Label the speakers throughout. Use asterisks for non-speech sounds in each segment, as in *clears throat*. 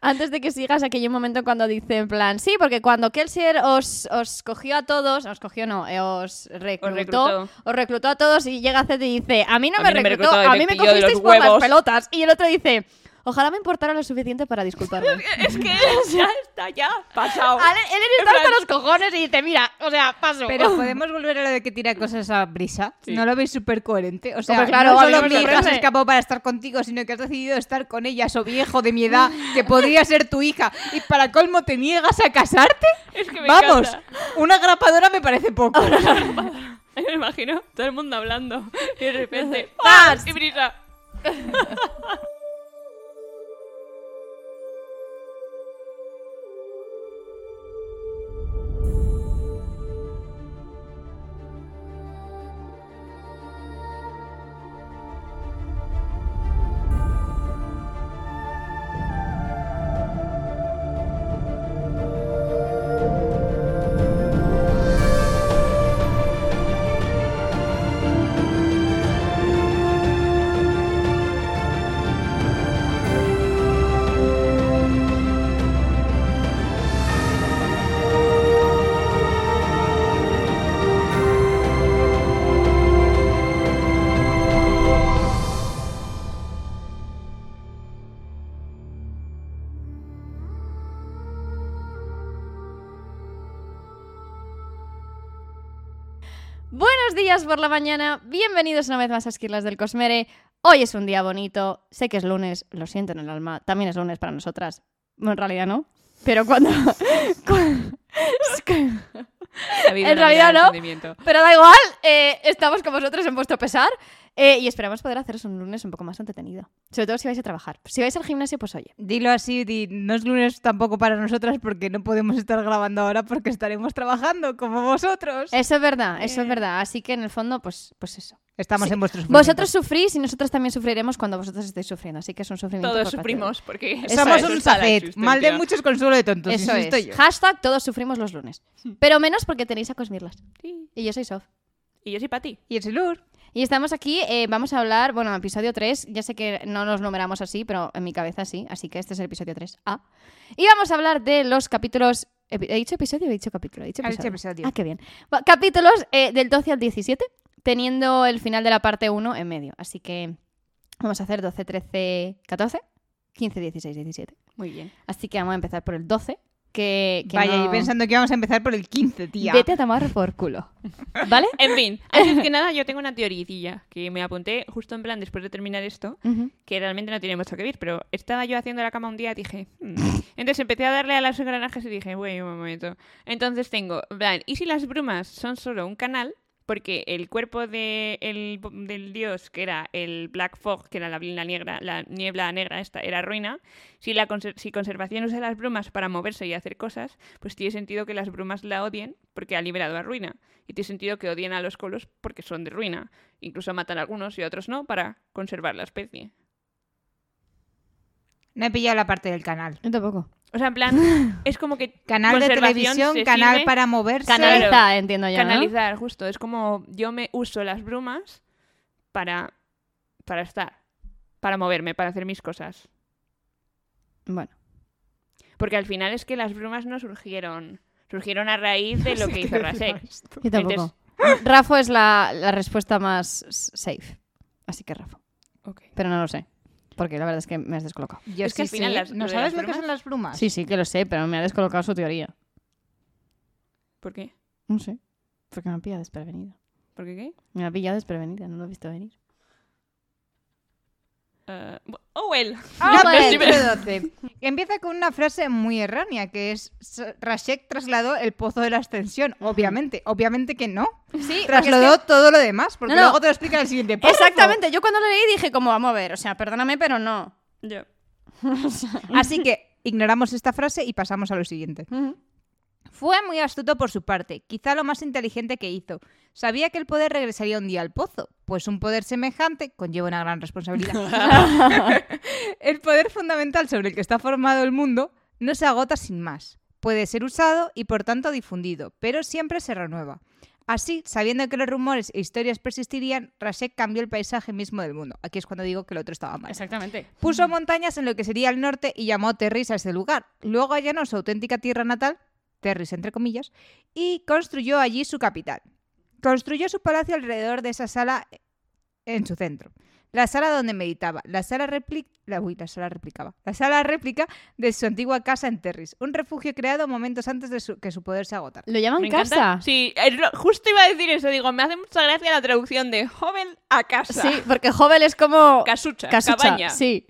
Speaker 1: Antes de que sigas aquel momento cuando dice en plan, sí, porque cuando Kelsier os, os cogió a todos, os cogió no, eh, os, reclutó, os reclutó,
Speaker 2: reclutó.
Speaker 1: a todos y llega Zed y dice, a mí no, me, reclutó,
Speaker 2: el
Speaker 1: a mí me
Speaker 2: vestido de los
Speaker 1: cogisteis por las
Speaker 2: huevos".
Speaker 1: pelotas. Y el otro dice, ojalá me importara lo suficiente para *laughs* disculparme.
Speaker 2: Es que ya está, ya. Pasado.
Speaker 1: Ale- Ellen
Speaker 2: En
Speaker 1: está hasta
Speaker 2: plan-
Speaker 1: los cojones y dice, mira, o sea, paso. *laughs*
Speaker 3: Pero podemos volver a lo de que tira cosas a brisa.
Speaker 2: Sí.
Speaker 3: ¿No lo veis súper coherente? O sea,
Speaker 1: Hombre, claro,
Speaker 3: no
Speaker 1: a mí
Speaker 3: solo
Speaker 1: me
Speaker 3: mi hija
Speaker 1: sorprende.
Speaker 3: se escapó para estar contigo, sino que has decidido estar con ella, o viejo de mi
Speaker 1: *laughs*
Speaker 3: edad, que podría ser tu hija, y para colmo te niegas a casarte.
Speaker 2: Ah, Es que me
Speaker 3: Vamos,
Speaker 2: encanta. *laughs*
Speaker 3: una grapadora me parece poco.
Speaker 2: Yo me imagino todo el mundo hablando y de repente
Speaker 1: ¡Pas!
Speaker 2: ¡pam! y brisa.
Speaker 1: Buenos días por la mañana, bienvenidos una vez más a Esquirlas del Cosmere. Hoy es un día bonito, sé que es lunes, lo siento en el alma, también es lunes para nosotras. Bueno, en realidad no, pero cuando... *laughs* cu- es que- En realidad no. pero da igual, eh, estamos con vosotros en vuestro pesar eh, y esperamos poder haceros un lunes un poco más entretenido. Sobre todo si vais a trabajar. Si vais al gimnasio, pues oye.
Speaker 3: *laughs* Dilo así, di, no es lunes tampoco para nosotras porque no podemos estar grabando ahora porque estaremos trabajando como vosotros.
Speaker 1: Eso es verdad, eso es verdad. Así que en el fondo, pues, pues eso.
Speaker 3: Estamos
Speaker 1: Sí.
Speaker 3: en vuestros
Speaker 1: Vosotros sufrís y nosotros también sufriremos cuando vosotros estéis sufriendo. Así que es un sufrimiento.
Speaker 2: Todos
Speaker 1: por parte de-
Speaker 2: sufrimos porque
Speaker 1: Eso
Speaker 3: Somos
Speaker 1: es,
Speaker 3: un
Speaker 2: está la
Speaker 3: safet. Mal de
Speaker 2: existencia.
Speaker 3: muchos, consuelo de tontos.
Speaker 1: Eso
Speaker 3: insisto
Speaker 1: es.
Speaker 3: yo.
Speaker 1: Hashtag todos sufrimos los lunes. Pero menos porque tenéis a Cosmirlas.
Speaker 2: Sí.
Speaker 1: Y yo soy Sof.
Speaker 2: Y yo soy Pati.
Speaker 3: Y es el Ur.
Speaker 1: Y estamos aquí, eh, vamos a hablar, bueno, episodio 3, ya sé que no nos numeramos así, pero en mi cabeza sí, así que este es el episodio 3A. Y vamos a hablar de los capítulos... epi- ¿He dicho episodio o he dicho capítulo? He dicho
Speaker 3: Has dicho
Speaker 1: episodio.
Speaker 3: episodio.
Speaker 1: Ah, qué bien. Va, Capítulos eh, del 12 al 17, teniendo el final de la parte 1 en medio. Así que vamos a hacer 12, 13, 14, 15, 16, 17.
Speaker 2: Muy bien.
Speaker 1: Así que vamos a empezar por el 12, que... que
Speaker 3: Vaya,
Speaker 1: no-
Speaker 3: y pensando que vamos a empezar por el 15, tía.
Speaker 1: Vete a tomar por culo.
Speaker 3: *laughs*
Speaker 1: ¿Vale?
Speaker 2: En fin, antes que nada, yo tengo una teoricilla que me apunté justo en plan después de terminar esto,
Speaker 1: Ujú.
Speaker 2: que realmente no tiene mucho que ver, pero estaba yo haciendo la cama un día y dije. "Hmm". Entonces empecé a darle a los engranajes y dije, bueno, un momento. Entonces tengo, en plan, ¿y si las brumas son solo un canal? Porque el cuerpo de el- del dios, que era el Black Fog, que era la, la negra, la niebla negra, esta era ruina. Si, la conser- si conservación usa las brumas para moverse y hacer cosas, pues tiene sentido que las brumas la odien porque ha liberado a ruina. Y tiene sentido que odien a los colos porque son de ruina. Incluso matan a algunos y a otros no para conservar la especie.
Speaker 3: No he pillado la parte del canal.
Speaker 1: Yo tampoco.
Speaker 2: O sea,
Speaker 1: *laughs*
Speaker 2: en plan, es como que.
Speaker 3: Canal de
Speaker 2: conservación
Speaker 3: televisión,
Speaker 2: se
Speaker 3: canal
Speaker 2: sirve
Speaker 3: para moverse.
Speaker 1: Canalizar,
Speaker 2: Claro.
Speaker 1: entiendo yo. ¿no?
Speaker 2: Canalizar, justo. Es como yo me uso las brumas para, para estar, para moverme, para hacer mis cosas.
Speaker 1: Bueno,
Speaker 2: Porque al final es que las brumas no surgieron. Surgieron a raíz
Speaker 1: *laughs*
Speaker 3: *laughs*
Speaker 2: de lo que hizo Rasek.
Speaker 1: yo tampoco.
Speaker 2: tampoco.
Speaker 1: *laughs* Rafo es la, la respuesta más s- safe. Así que Rafo. Pero no lo sé. Porque la verdad es que me has descolocado.
Speaker 3: Yo
Speaker 2: Es que
Speaker 3: sí
Speaker 2: al final
Speaker 3: sé.
Speaker 2: las- lo
Speaker 3: ¿No
Speaker 2: de
Speaker 3: sabes
Speaker 2: las
Speaker 3: lo que son
Speaker 2: brumas?
Speaker 3: las brumas?
Speaker 1: Ah, Sí, sí, que lo sé, pero me ha descolocado su teoría.
Speaker 2: ¿Por qué?
Speaker 1: No sé. Porque me ha pillado desprevenida.
Speaker 2: ¿Por qué qué?
Speaker 1: Me ha pillado desprevenida, no lo he visto venir.
Speaker 2: Eh, bu- oh, well.
Speaker 3: Ah,
Speaker 1: No,
Speaker 3: vale,
Speaker 2: pues-
Speaker 3: *laughs* número 12. Empieza con una frase muy errónea, que es S- Rashek trasladó el pozo de la ascensión. Obviamente, obviamente que no.
Speaker 1: *laughs* Sí,
Speaker 3: Trasladó todo lo demás, porque
Speaker 1: No, no.
Speaker 3: luego te lo explica en el siguiente párrafo.
Speaker 1: Exactamente, yo cuando lo leí dije como, vamos a ver, o sea, perdóname, pero *laughs* no.
Speaker 2: Ya.
Speaker 3: Así que ignoramos esta frase y pasamos a lo siguiente.
Speaker 1: Ujú.
Speaker 3: Fue muy astuto por su parte, quizá lo más inteligente que hizo. Sabía que el poder regresaría un día al pozo, pues un poder semejante conlleva una gran responsabilidad. *laughs* el poder fundamental sobre el que está formado el mundo no se agota sin más. Puede ser usado y por tanto difundido, pero siempre se renueva. Así, sabiendo que los rumores e historias persistirían, Rasek cambió el paisaje mismo del mundo. Aquí es cuando digo que el otro estaba mal.
Speaker 4: Exactamente.
Speaker 3: Puso montañas en lo que sería el norte y llamó Terris a ese lugar. Luego allanó su auténtica tierra natal, Terris entre comillas, y construyó allí su capital. Construyó su palacio alrededor de esa sala en su centro. La sala donde meditaba, la sala réplica, la, uy, la sala replicaba, la sala réplica de su antigua casa en Terris, un refugio creado momentos antes de su- que su poder se agotara.
Speaker 1: ¿Lo llaman
Speaker 2: ¿Me encanta?
Speaker 1: Ah, casa?
Speaker 2: Sí, es lo- justo iba a decir eso. Digo, me hace mucha gracia la traducción de joven a casa.
Speaker 1: Sí, porque joven es como...
Speaker 2: Casucha,
Speaker 1: casucha,
Speaker 2: cabaña.
Speaker 1: sí.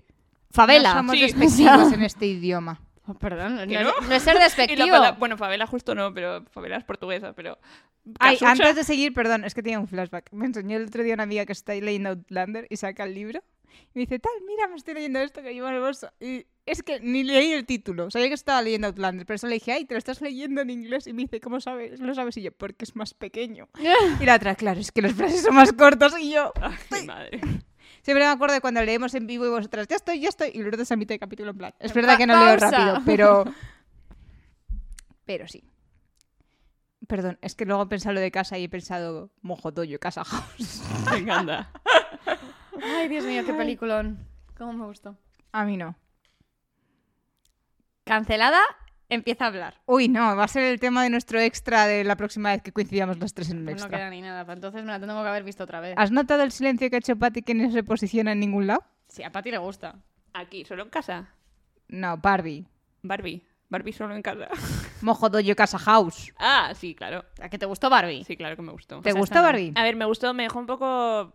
Speaker 1: Favela.
Speaker 3: No somos
Speaker 2: Sí.
Speaker 3: despectivos en este idioma.
Speaker 1: Oh, Perdón, no,
Speaker 2: ¿Que
Speaker 1: es-
Speaker 2: no?
Speaker 1: *laughs* no es ser
Speaker 2: Y la
Speaker 1: despectivo.
Speaker 2: pala- bueno, favela justo no, pero favela es portuguesa, pero...
Speaker 3: Ay,
Speaker 2: casucha.
Speaker 3: antes de seguir, perdón, es que tenía un flashback. Me enseñó el otro día una amiga que está leyendo Outlander y saca el libro y me dice, tal, mira, me estoy leyendo esto que llevo en el bolso. Y es que ni leí el título, sabía que estaba leyendo Outlander, pero eso le dije, ay, te lo estás leyendo en inglés y me dice, ¿cómo sabes? Lo sabes y yo, porque es más pequeño. Y la otra, claro, es que los frases son más cortos y yo...
Speaker 2: Ay, mi madre.
Speaker 3: Siempre me acuerdo de cuando leemos en vivo y vosotras, ya estoy, ya estoy, y Lourdes a mitad de capítulo en plan. Es verdad
Speaker 1: Pa-
Speaker 3: que no leo
Speaker 1: pausa.
Speaker 3: rápido, pero. Pero sí. Perdón, es que luego he pensado lo de casa y he pensado mojotoyo, casa house.
Speaker 2: Me encanta.
Speaker 1: Ay, Dios mío, qué peliculón. Cómo me gustó.
Speaker 3: A mí no.
Speaker 1: Cancelada, empieza a hablar.
Speaker 3: Uy, no, va a ser el tema de nuestro extra de la próxima vez que coincidamos las tres en un
Speaker 1: Pues No
Speaker 3: extra.
Speaker 1: queda ni nada, pa- entonces me la tengo que haber visto otra vez.
Speaker 2: Ah.
Speaker 3: ¿Has notado el silencio que ha hecho Patty que no se posiciona en ningún lado?
Speaker 1: Sí, a Patty le gusta.
Speaker 2: Aquí, solo en casa.
Speaker 3: No, Barbie.
Speaker 2: Barbie. Barbie solo en casa.
Speaker 3: Mojotoyo, casa house.
Speaker 2: *laughs* Ah, sí, claro.
Speaker 1: ¿A qué te gustó Barbie?
Speaker 2: Sí, claro que me gustó.
Speaker 3: ¿Te
Speaker 1: Pues
Speaker 3: gustó
Speaker 1: hasta no.
Speaker 3: Barbie?
Speaker 2: A ver, me gustó, me dejó un poco...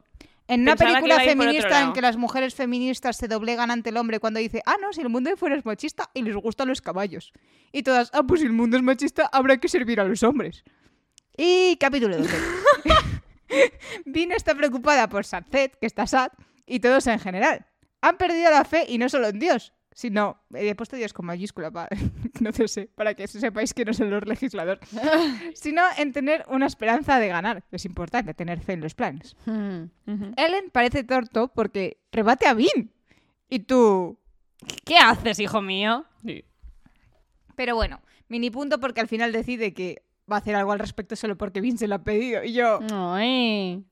Speaker 3: En una
Speaker 2: Pensaba que
Speaker 3: película
Speaker 2: iba a ir por otro
Speaker 3: feminista en
Speaker 2: lado.
Speaker 3: que las mujeres feministas se doblegan ante el hombre cuando dice, ah, no, si el mundo de fuera es machista y les gustan los caballos. Y todas, ah, pues si el mundo es machista, habrá que servir a los hombres. Y capítulo
Speaker 2: *laughs*
Speaker 3: 12. Vina está preocupada por Satzet, que está sad, y todos en general. Han perdido la fe y no solo en Dios, sino. eh, He puesto Dios con mayúscula, pa- *laughs* no te sé, para que sepáis que no son los
Speaker 2: *laughs*
Speaker 3: legisladores. sino en tener una esperanza de ganar. Es importante tener fe en los planes.
Speaker 1: Hmm.
Speaker 3: Ellen parece torto porque rebate a Vin. Y tú.
Speaker 4: ¿Qué haces, hijo mío?
Speaker 2: Sí.
Speaker 3: Pero bueno, mini punto porque al final decide que va a hacer algo al respecto solo porque Vin se lo ha pedido. Y yo.
Speaker 1: Ay.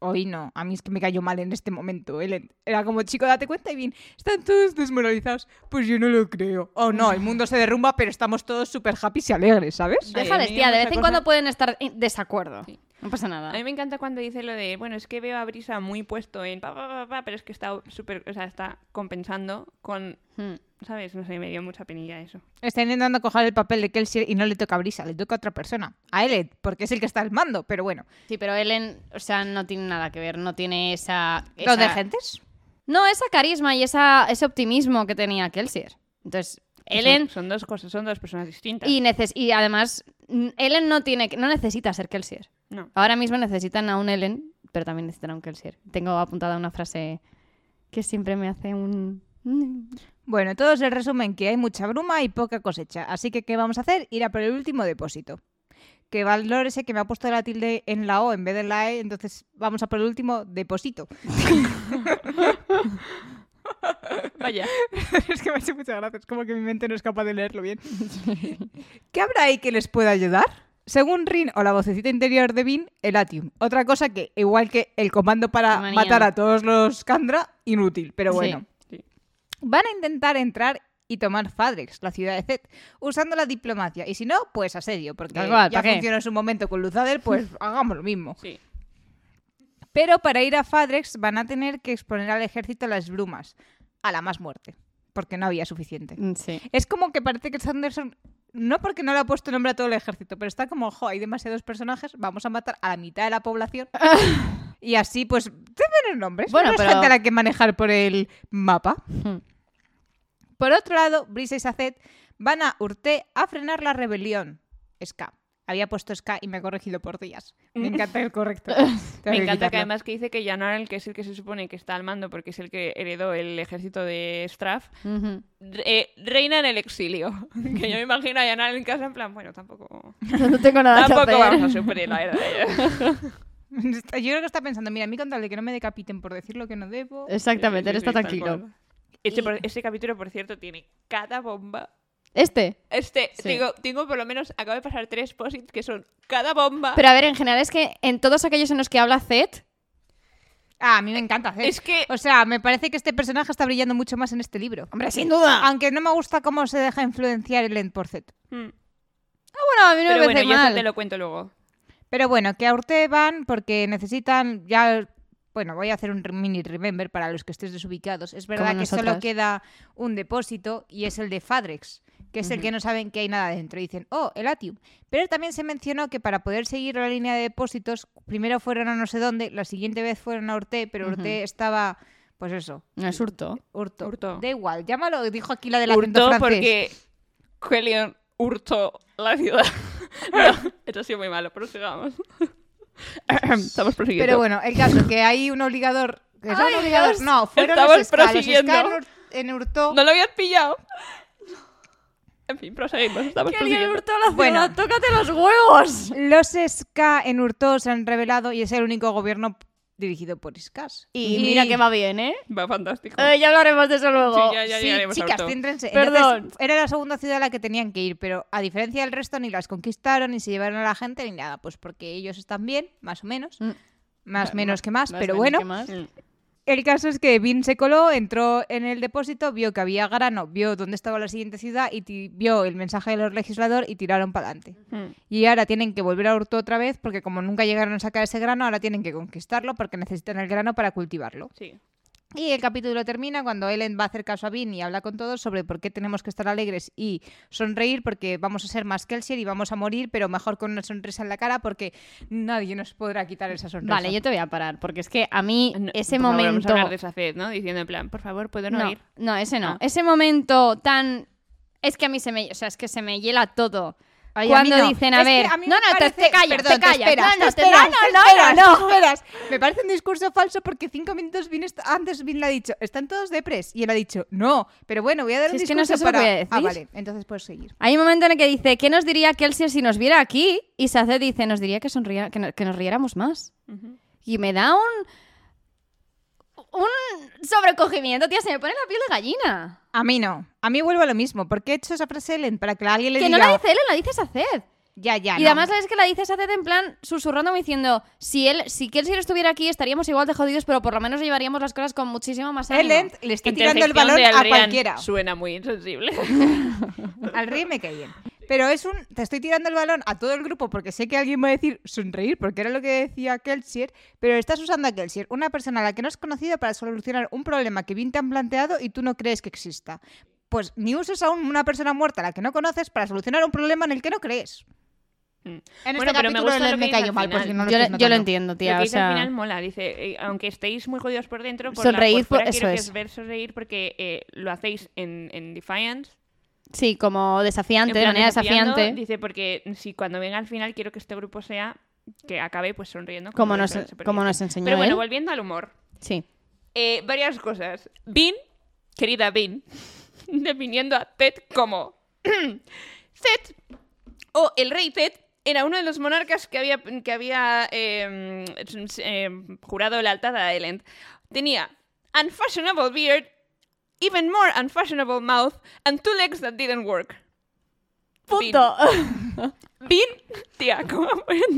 Speaker 3: Hoy no, a mí es que me cayó mal en este momento, Ellen. Era como, chico, date cuenta y Vin. Están todos desmoralizados. Pues yo no lo creo. Oh no, el mundo se derrumba, pero estamos todos súper happy y alegres, ¿sabes? Eh.
Speaker 2: Ay, a
Speaker 1: Déjales,
Speaker 2: mí
Speaker 1: tía, de
Speaker 2: mucha
Speaker 1: vez en
Speaker 2: cosa-
Speaker 1: cuando pueden estar en desacuerdo.
Speaker 2: Sí.
Speaker 1: No pasa nada.
Speaker 2: A mí me encanta cuando dice lo de, bueno, es que veo a Brisa muy puesto en pa, pa, pa, pa, pero es que está súper, o sea, está compensando con,
Speaker 1: Hmm.
Speaker 2: ¿sabes? No sé, me dio mucha penilla eso.
Speaker 3: Está intentando coger el papel de Kelsey y no le toca a Brisa, le toca a otra persona. A Ellen, porque es el que está al mando, pero bueno.
Speaker 1: Sí, pero Ellen, o sea, no tiene nada que ver, no tiene esa...
Speaker 3: ¿Los de
Speaker 1: esa-
Speaker 3: gentes?
Speaker 1: No, esa carisma y esa, ese optimismo que tenía Kelsier. Entonces, Ellen...
Speaker 2: Son, son dos cosas, son dos personas distintas.
Speaker 1: Y, neces- y además, mm, Ellen no, tiene, que- no necesita ser Kelsier.
Speaker 2: No.
Speaker 1: Ahora mismo necesitan a un Ellen, pero también necesitan a un Kelsier. Tengo apuntada una frase que siempre me hace un...
Speaker 3: Bueno, todos el resumen que hay mucha bruma y poca cosecha, así que ¿qué vamos a hacer? Ir a por el último depósito. Que valor ese que me ha puesto la tilde en la O en vez de la E, entonces vamos a por el último depósito.
Speaker 2: Vaya.
Speaker 3: *laughs* es que me ha hecho muchas gracias, como que mi mente no es capaz de leerlo bien. *laughs* ¿Qué habrá ahí que les pueda ayudar? Según Rin o la vocecita interior de Vin, el Atium. Otra cosa que, igual que el comando para
Speaker 1: Qué manía.
Speaker 3: matar a todos los Kandra, inútil, pero
Speaker 1: Sí.
Speaker 3: bueno.
Speaker 2: Sí.
Speaker 3: Van a intentar entrar y tomar Fadrex, la ciudad de Zed, usando la diplomacia. Y si no, pues asedio, porque
Speaker 1: Tal cual,
Speaker 3: ya
Speaker 1: ¿pa' qué?
Speaker 3: funcionó en su momento con
Speaker 1: *laughs*
Speaker 3: Luzader, pues hagamos lo mismo.
Speaker 2: Sí.
Speaker 3: Pero para ir a Fadrex van a tener que exponer al ejército a las brumas, a la más muerte, porque no había suficiente.
Speaker 1: Mm, *laughs* Sí.
Speaker 3: Es como que parece que Sanderson, no porque no le ha puesto nombre a todo el ejército, pero está como, jo, hay demasiados personajes, vamos a matar a la mitad de
Speaker 1: *laughs*
Speaker 3: la población. y así, pues, tienen nombres.
Speaker 1: Bueno,
Speaker 3: Bueno, pero...
Speaker 1: pero-
Speaker 3: gente a la que manejar por el mapa.
Speaker 1: Hmm.
Speaker 3: Por otro lado, Brisa y Sacet van a Urte a frenar la rebelión. Ska. Había puesto Ska y me he corregido por días. Me encanta el correcto.
Speaker 2: *laughs* Me encanta que
Speaker 3: quitarlo.
Speaker 2: además que dice que Janar, que es el que se supone que está al mando porque es el que heredó el ejército de Straff,
Speaker 1: Ujú.
Speaker 2: re- eh, reina en el exilio. *laughs* que yo me imagino a Janar en casa en plan, bueno, tampoco,
Speaker 1: No tengo nada que
Speaker 2: tampoco
Speaker 1: hacer.
Speaker 2: vamos a sufrir,
Speaker 1: *laughs*
Speaker 2: la verdad.
Speaker 3: *laughs* Está- Yo creo que está pensando, mira, a mí con tal de que no me decapiten por decir lo que no debo.
Speaker 1: Exactamente, él
Speaker 2: Sí, sí,
Speaker 1: está
Speaker 2: sí, tal
Speaker 1: tranquilo.
Speaker 2: cual. Este, por- este capítulo, por cierto, tiene cada bomba.
Speaker 1: Este.
Speaker 2: Este,
Speaker 1: Sí.
Speaker 2: digo, tengo por lo menos, acabo de pasar tres posits que son cada bomba.
Speaker 1: Pero a ver, en general es que en todos aquellos en los que habla Zed,
Speaker 3: Ah, a mí me encanta
Speaker 1: eh,
Speaker 3: Zed.
Speaker 2: es que-
Speaker 3: O sea, me parece que este personaje está brillando mucho más en este libro.
Speaker 1: hombre, sin duda.
Speaker 2: Ah.
Speaker 3: Aunque no me gusta cómo se deja influenciar el End por Zed.
Speaker 2: Mm.
Speaker 1: bueno, a mí no
Speaker 2: Pero
Speaker 1: me
Speaker 2: bueno,
Speaker 1: parece
Speaker 2: yo eso
Speaker 1: mal.
Speaker 2: te lo cuento luego.
Speaker 3: Pero bueno, que a Urte van porque necesitan ya... Bueno, voy a hacer un re- mini remember para los que estéis desubicados. Es verdad
Speaker 1: Como
Speaker 3: que
Speaker 1: nosotras.
Speaker 3: solo queda un depósito y es el de Fadrex, que es el que no saben que hay nada dentro. Y dicen, oh, el Atium. Pero también se mencionó que para poder seguir la línea de depósitos, primero fueron a no sé dónde, la siguiente vez fueron a Urte, pero Urte
Speaker 1: Ujú.
Speaker 3: estaba, pues eso,
Speaker 1: No es hurto.
Speaker 3: Hurto.
Speaker 2: Hurto.
Speaker 3: Da igual, llámalo, dijo aquí la del acento
Speaker 2: Hurtó
Speaker 3: francés.
Speaker 2: porque Quellion hurtó la ciudad. *laughs*
Speaker 1: *laughs*
Speaker 2: no, esto ha sido muy malo, prosigamos. Estamos prosiguiendo.
Speaker 3: Pero bueno, el caso que hay un obligador. que son
Speaker 1: Ay,
Speaker 3: obligadores-
Speaker 1: Dios.
Speaker 3: No, fueron
Speaker 2: Estamos
Speaker 3: los Ska, los
Speaker 2: prosiguiendo.
Speaker 3: Ska en Hur- en Hurto.
Speaker 2: No lo habías pillado. En fin, proseguimos. Estamos prosiguiendo.
Speaker 1: hurto la
Speaker 3: Bueno.
Speaker 1: tócate los huevos.
Speaker 3: Los Ska en Hurto se han revelado y es el único gobierno dirigido por Skas.
Speaker 1: Y, mira que va bien, ¿eh?
Speaker 2: Va fantástico.
Speaker 1: Eh, ya hablaremos de eso luego.
Speaker 2: Sí, ya, ya
Speaker 3: Sí,
Speaker 2: llegaremos a
Speaker 3: chicas,
Speaker 2: Hurto.
Speaker 3: céntrense.
Speaker 1: Perdón.
Speaker 3: Entonces, era la segunda ciudad a la que tenían que ir, pero a diferencia del resto, ni las conquistaron, ni se llevaron a la gente, ni nada. Pues porque ellos están bien, más o menos.
Speaker 1: Mm.
Speaker 3: Más menos que más,
Speaker 1: Más
Speaker 3: pero
Speaker 1: bien,
Speaker 3: bueno.
Speaker 1: ¿qué más?
Speaker 2: Mm.
Speaker 3: El caso es que Vin se coló, entró en el depósito, vio que había grano, vio dónde estaba la siguiente ciudad y ti- vio el mensaje de los legisladores y tiraron para adelante.
Speaker 2: Mm.
Speaker 3: Y ahora tienen que volver a Urto otra vez porque como nunca llegaron a sacar ese grano, ahora tienen que conquistarlo porque necesitan el grano para cultivarlo.
Speaker 2: Sí.
Speaker 3: Y el capítulo termina cuando Ellen va a hacer caso a Vin y habla con todos sobre por qué tenemos que estar alegres y sonreír porque vamos a ser más Kelsier y vamos a morir, pero mejor con una sonrisa en la cara porque nadie nos podrá quitar esa sonrisa.
Speaker 1: Vale, yo te voy a parar, porque es que a mí
Speaker 2: No,
Speaker 1: ese
Speaker 2: por favor, Vamos a
Speaker 1: momento...
Speaker 2: hablar de esa Zed, ¿no? Diciendo en plan, por favor, puedo no,
Speaker 1: no,
Speaker 2: ir.
Speaker 1: no, ese no.
Speaker 2: Ah.
Speaker 1: Ese momento tan... Es que a mí se me... O sea, es que se me hiela todo.
Speaker 3: Ay, a mí
Speaker 1: cuando
Speaker 3: no.
Speaker 1: dicen, a
Speaker 3: Es que
Speaker 1: ver...
Speaker 3: a mí
Speaker 1: no, no,
Speaker 3: me
Speaker 1: te- te,
Speaker 3: parece-
Speaker 1: callas, te
Speaker 3: perdón,
Speaker 1: callas.
Speaker 3: esperas,
Speaker 1: no, no,
Speaker 3: te
Speaker 1: te- no,
Speaker 3: esperas,
Speaker 1: no,
Speaker 3: te
Speaker 1: no,
Speaker 3: esperas, *laughs*
Speaker 1: no,
Speaker 3: te
Speaker 1: no.
Speaker 3: esperas. Me parece un discurso falso porque cinco minutos Vin est- antes Vin le ha dicho, están todos depres. Y él ha dicho, no, pero bueno, voy a dar
Speaker 1: Si
Speaker 3: un
Speaker 1: es que
Speaker 3: discurso
Speaker 1: no sé si lo
Speaker 3: para...
Speaker 1: voy a
Speaker 3: Ah,
Speaker 1: decir.
Speaker 3: vale, entonces puedes seguir.
Speaker 1: Hay un momento en el que dice, ¿qué nos diría Kelsier si nos viera aquí? Y Saced dice, nos diría que, sonría, que, no- que nos riéramos más.
Speaker 2: Ujú.
Speaker 1: Y me da un... Un sobrecogimiento, tía, se me pone la piel de gallina.
Speaker 3: A mí no. A mí vuelvo a lo mismo. ¿Por qué he hecho esa frase a Ellen? Para que alguien le
Speaker 1: Que no
Speaker 3: diga...
Speaker 1: la dice él, la dice Saced.
Speaker 3: Ya, ya,
Speaker 1: Y
Speaker 3: Ah, no.
Speaker 1: además sabes que la dices hace en plan susurrándome diciendo si él si Kelsier estuviera aquí estaríamos igual de jodidos pero por lo menos llevaríamos las cosas con muchísimo más ánimo.
Speaker 3: Ellen le está tirando el
Speaker 2: Intersección
Speaker 3: balón
Speaker 2: de
Speaker 3: a
Speaker 2: Aldrian
Speaker 3: cualquiera.
Speaker 2: Suena muy insensible.
Speaker 3: Al rey me cae bien. Pero es un. Te estoy tirando el balón a todo el grupo porque sé que alguien va a decir sonreír, porque era lo que decía Kelsier. Pero estás usando a Kelsier, una persona a la que no has conocido, para solucionar un problema que bien te han planteado y tú no crees que exista. Pues ni uses a un- una persona muerta a la que no conoces para solucionar un problema en el que no crees.
Speaker 2: Mm.
Speaker 3: En
Speaker 2: Bueno, pero me gusta lo
Speaker 3: Ellen
Speaker 2: que
Speaker 3: me
Speaker 2: dice
Speaker 3: cayó
Speaker 2: al
Speaker 3: mal, pues
Speaker 2: final.
Speaker 3: yo no lo
Speaker 1: yo,
Speaker 3: estoy
Speaker 1: le- yo lo
Speaker 3: notando.
Speaker 1: entiendo,
Speaker 2: Lo
Speaker 1: tía,
Speaker 2: que
Speaker 1: o
Speaker 2: dice al
Speaker 1: sea,
Speaker 2: final mola, dice, eh, aunque estéis muy jodidos por dentro, por
Speaker 1: Sonreíd
Speaker 2: la
Speaker 1: por-
Speaker 2: postura
Speaker 1: eso
Speaker 2: quiero
Speaker 1: es.
Speaker 2: que ver sonreír porque eh, lo hacéis en, en Defiance.
Speaker 1: sí, como
Speaker 2: en
Speaker 1: desafiante, de
Speaker 2: plan
Speaker 1: manera
Speaker 2: desafiando,
Speaker 1: desafiante,
Speaker 2: Dice, porque si cuando venga al final quiero que este grupo sea, que acabe pues sonriendo.
Speaker 1: como
Speaker 2: el
Speaker 1: nos
Speaker 2: resto de
Speaker 1: como nos
Speaker 2: supervivientes.
Speaker 1: enseñó
Speaker 2: Pero bueno,
Speaker 1: él.
Speaker 2: volviendo al humor.
Speaker 1: Sí.
Speaker 2: Eh, varias cosas. Bin, querida Bin, *laughs* definiendo a Ted como *clears throat* Ted o el rey Ted era uno de los monarcas que había, que había eh, eh, jurado lealtad a Elend. Tenía unfashionable beard, even more unfashionable mouth, and two legs that didn't work.
Speaker 1: Punto.
Speaker 2: Bin, *laughs* tía, ¿cómo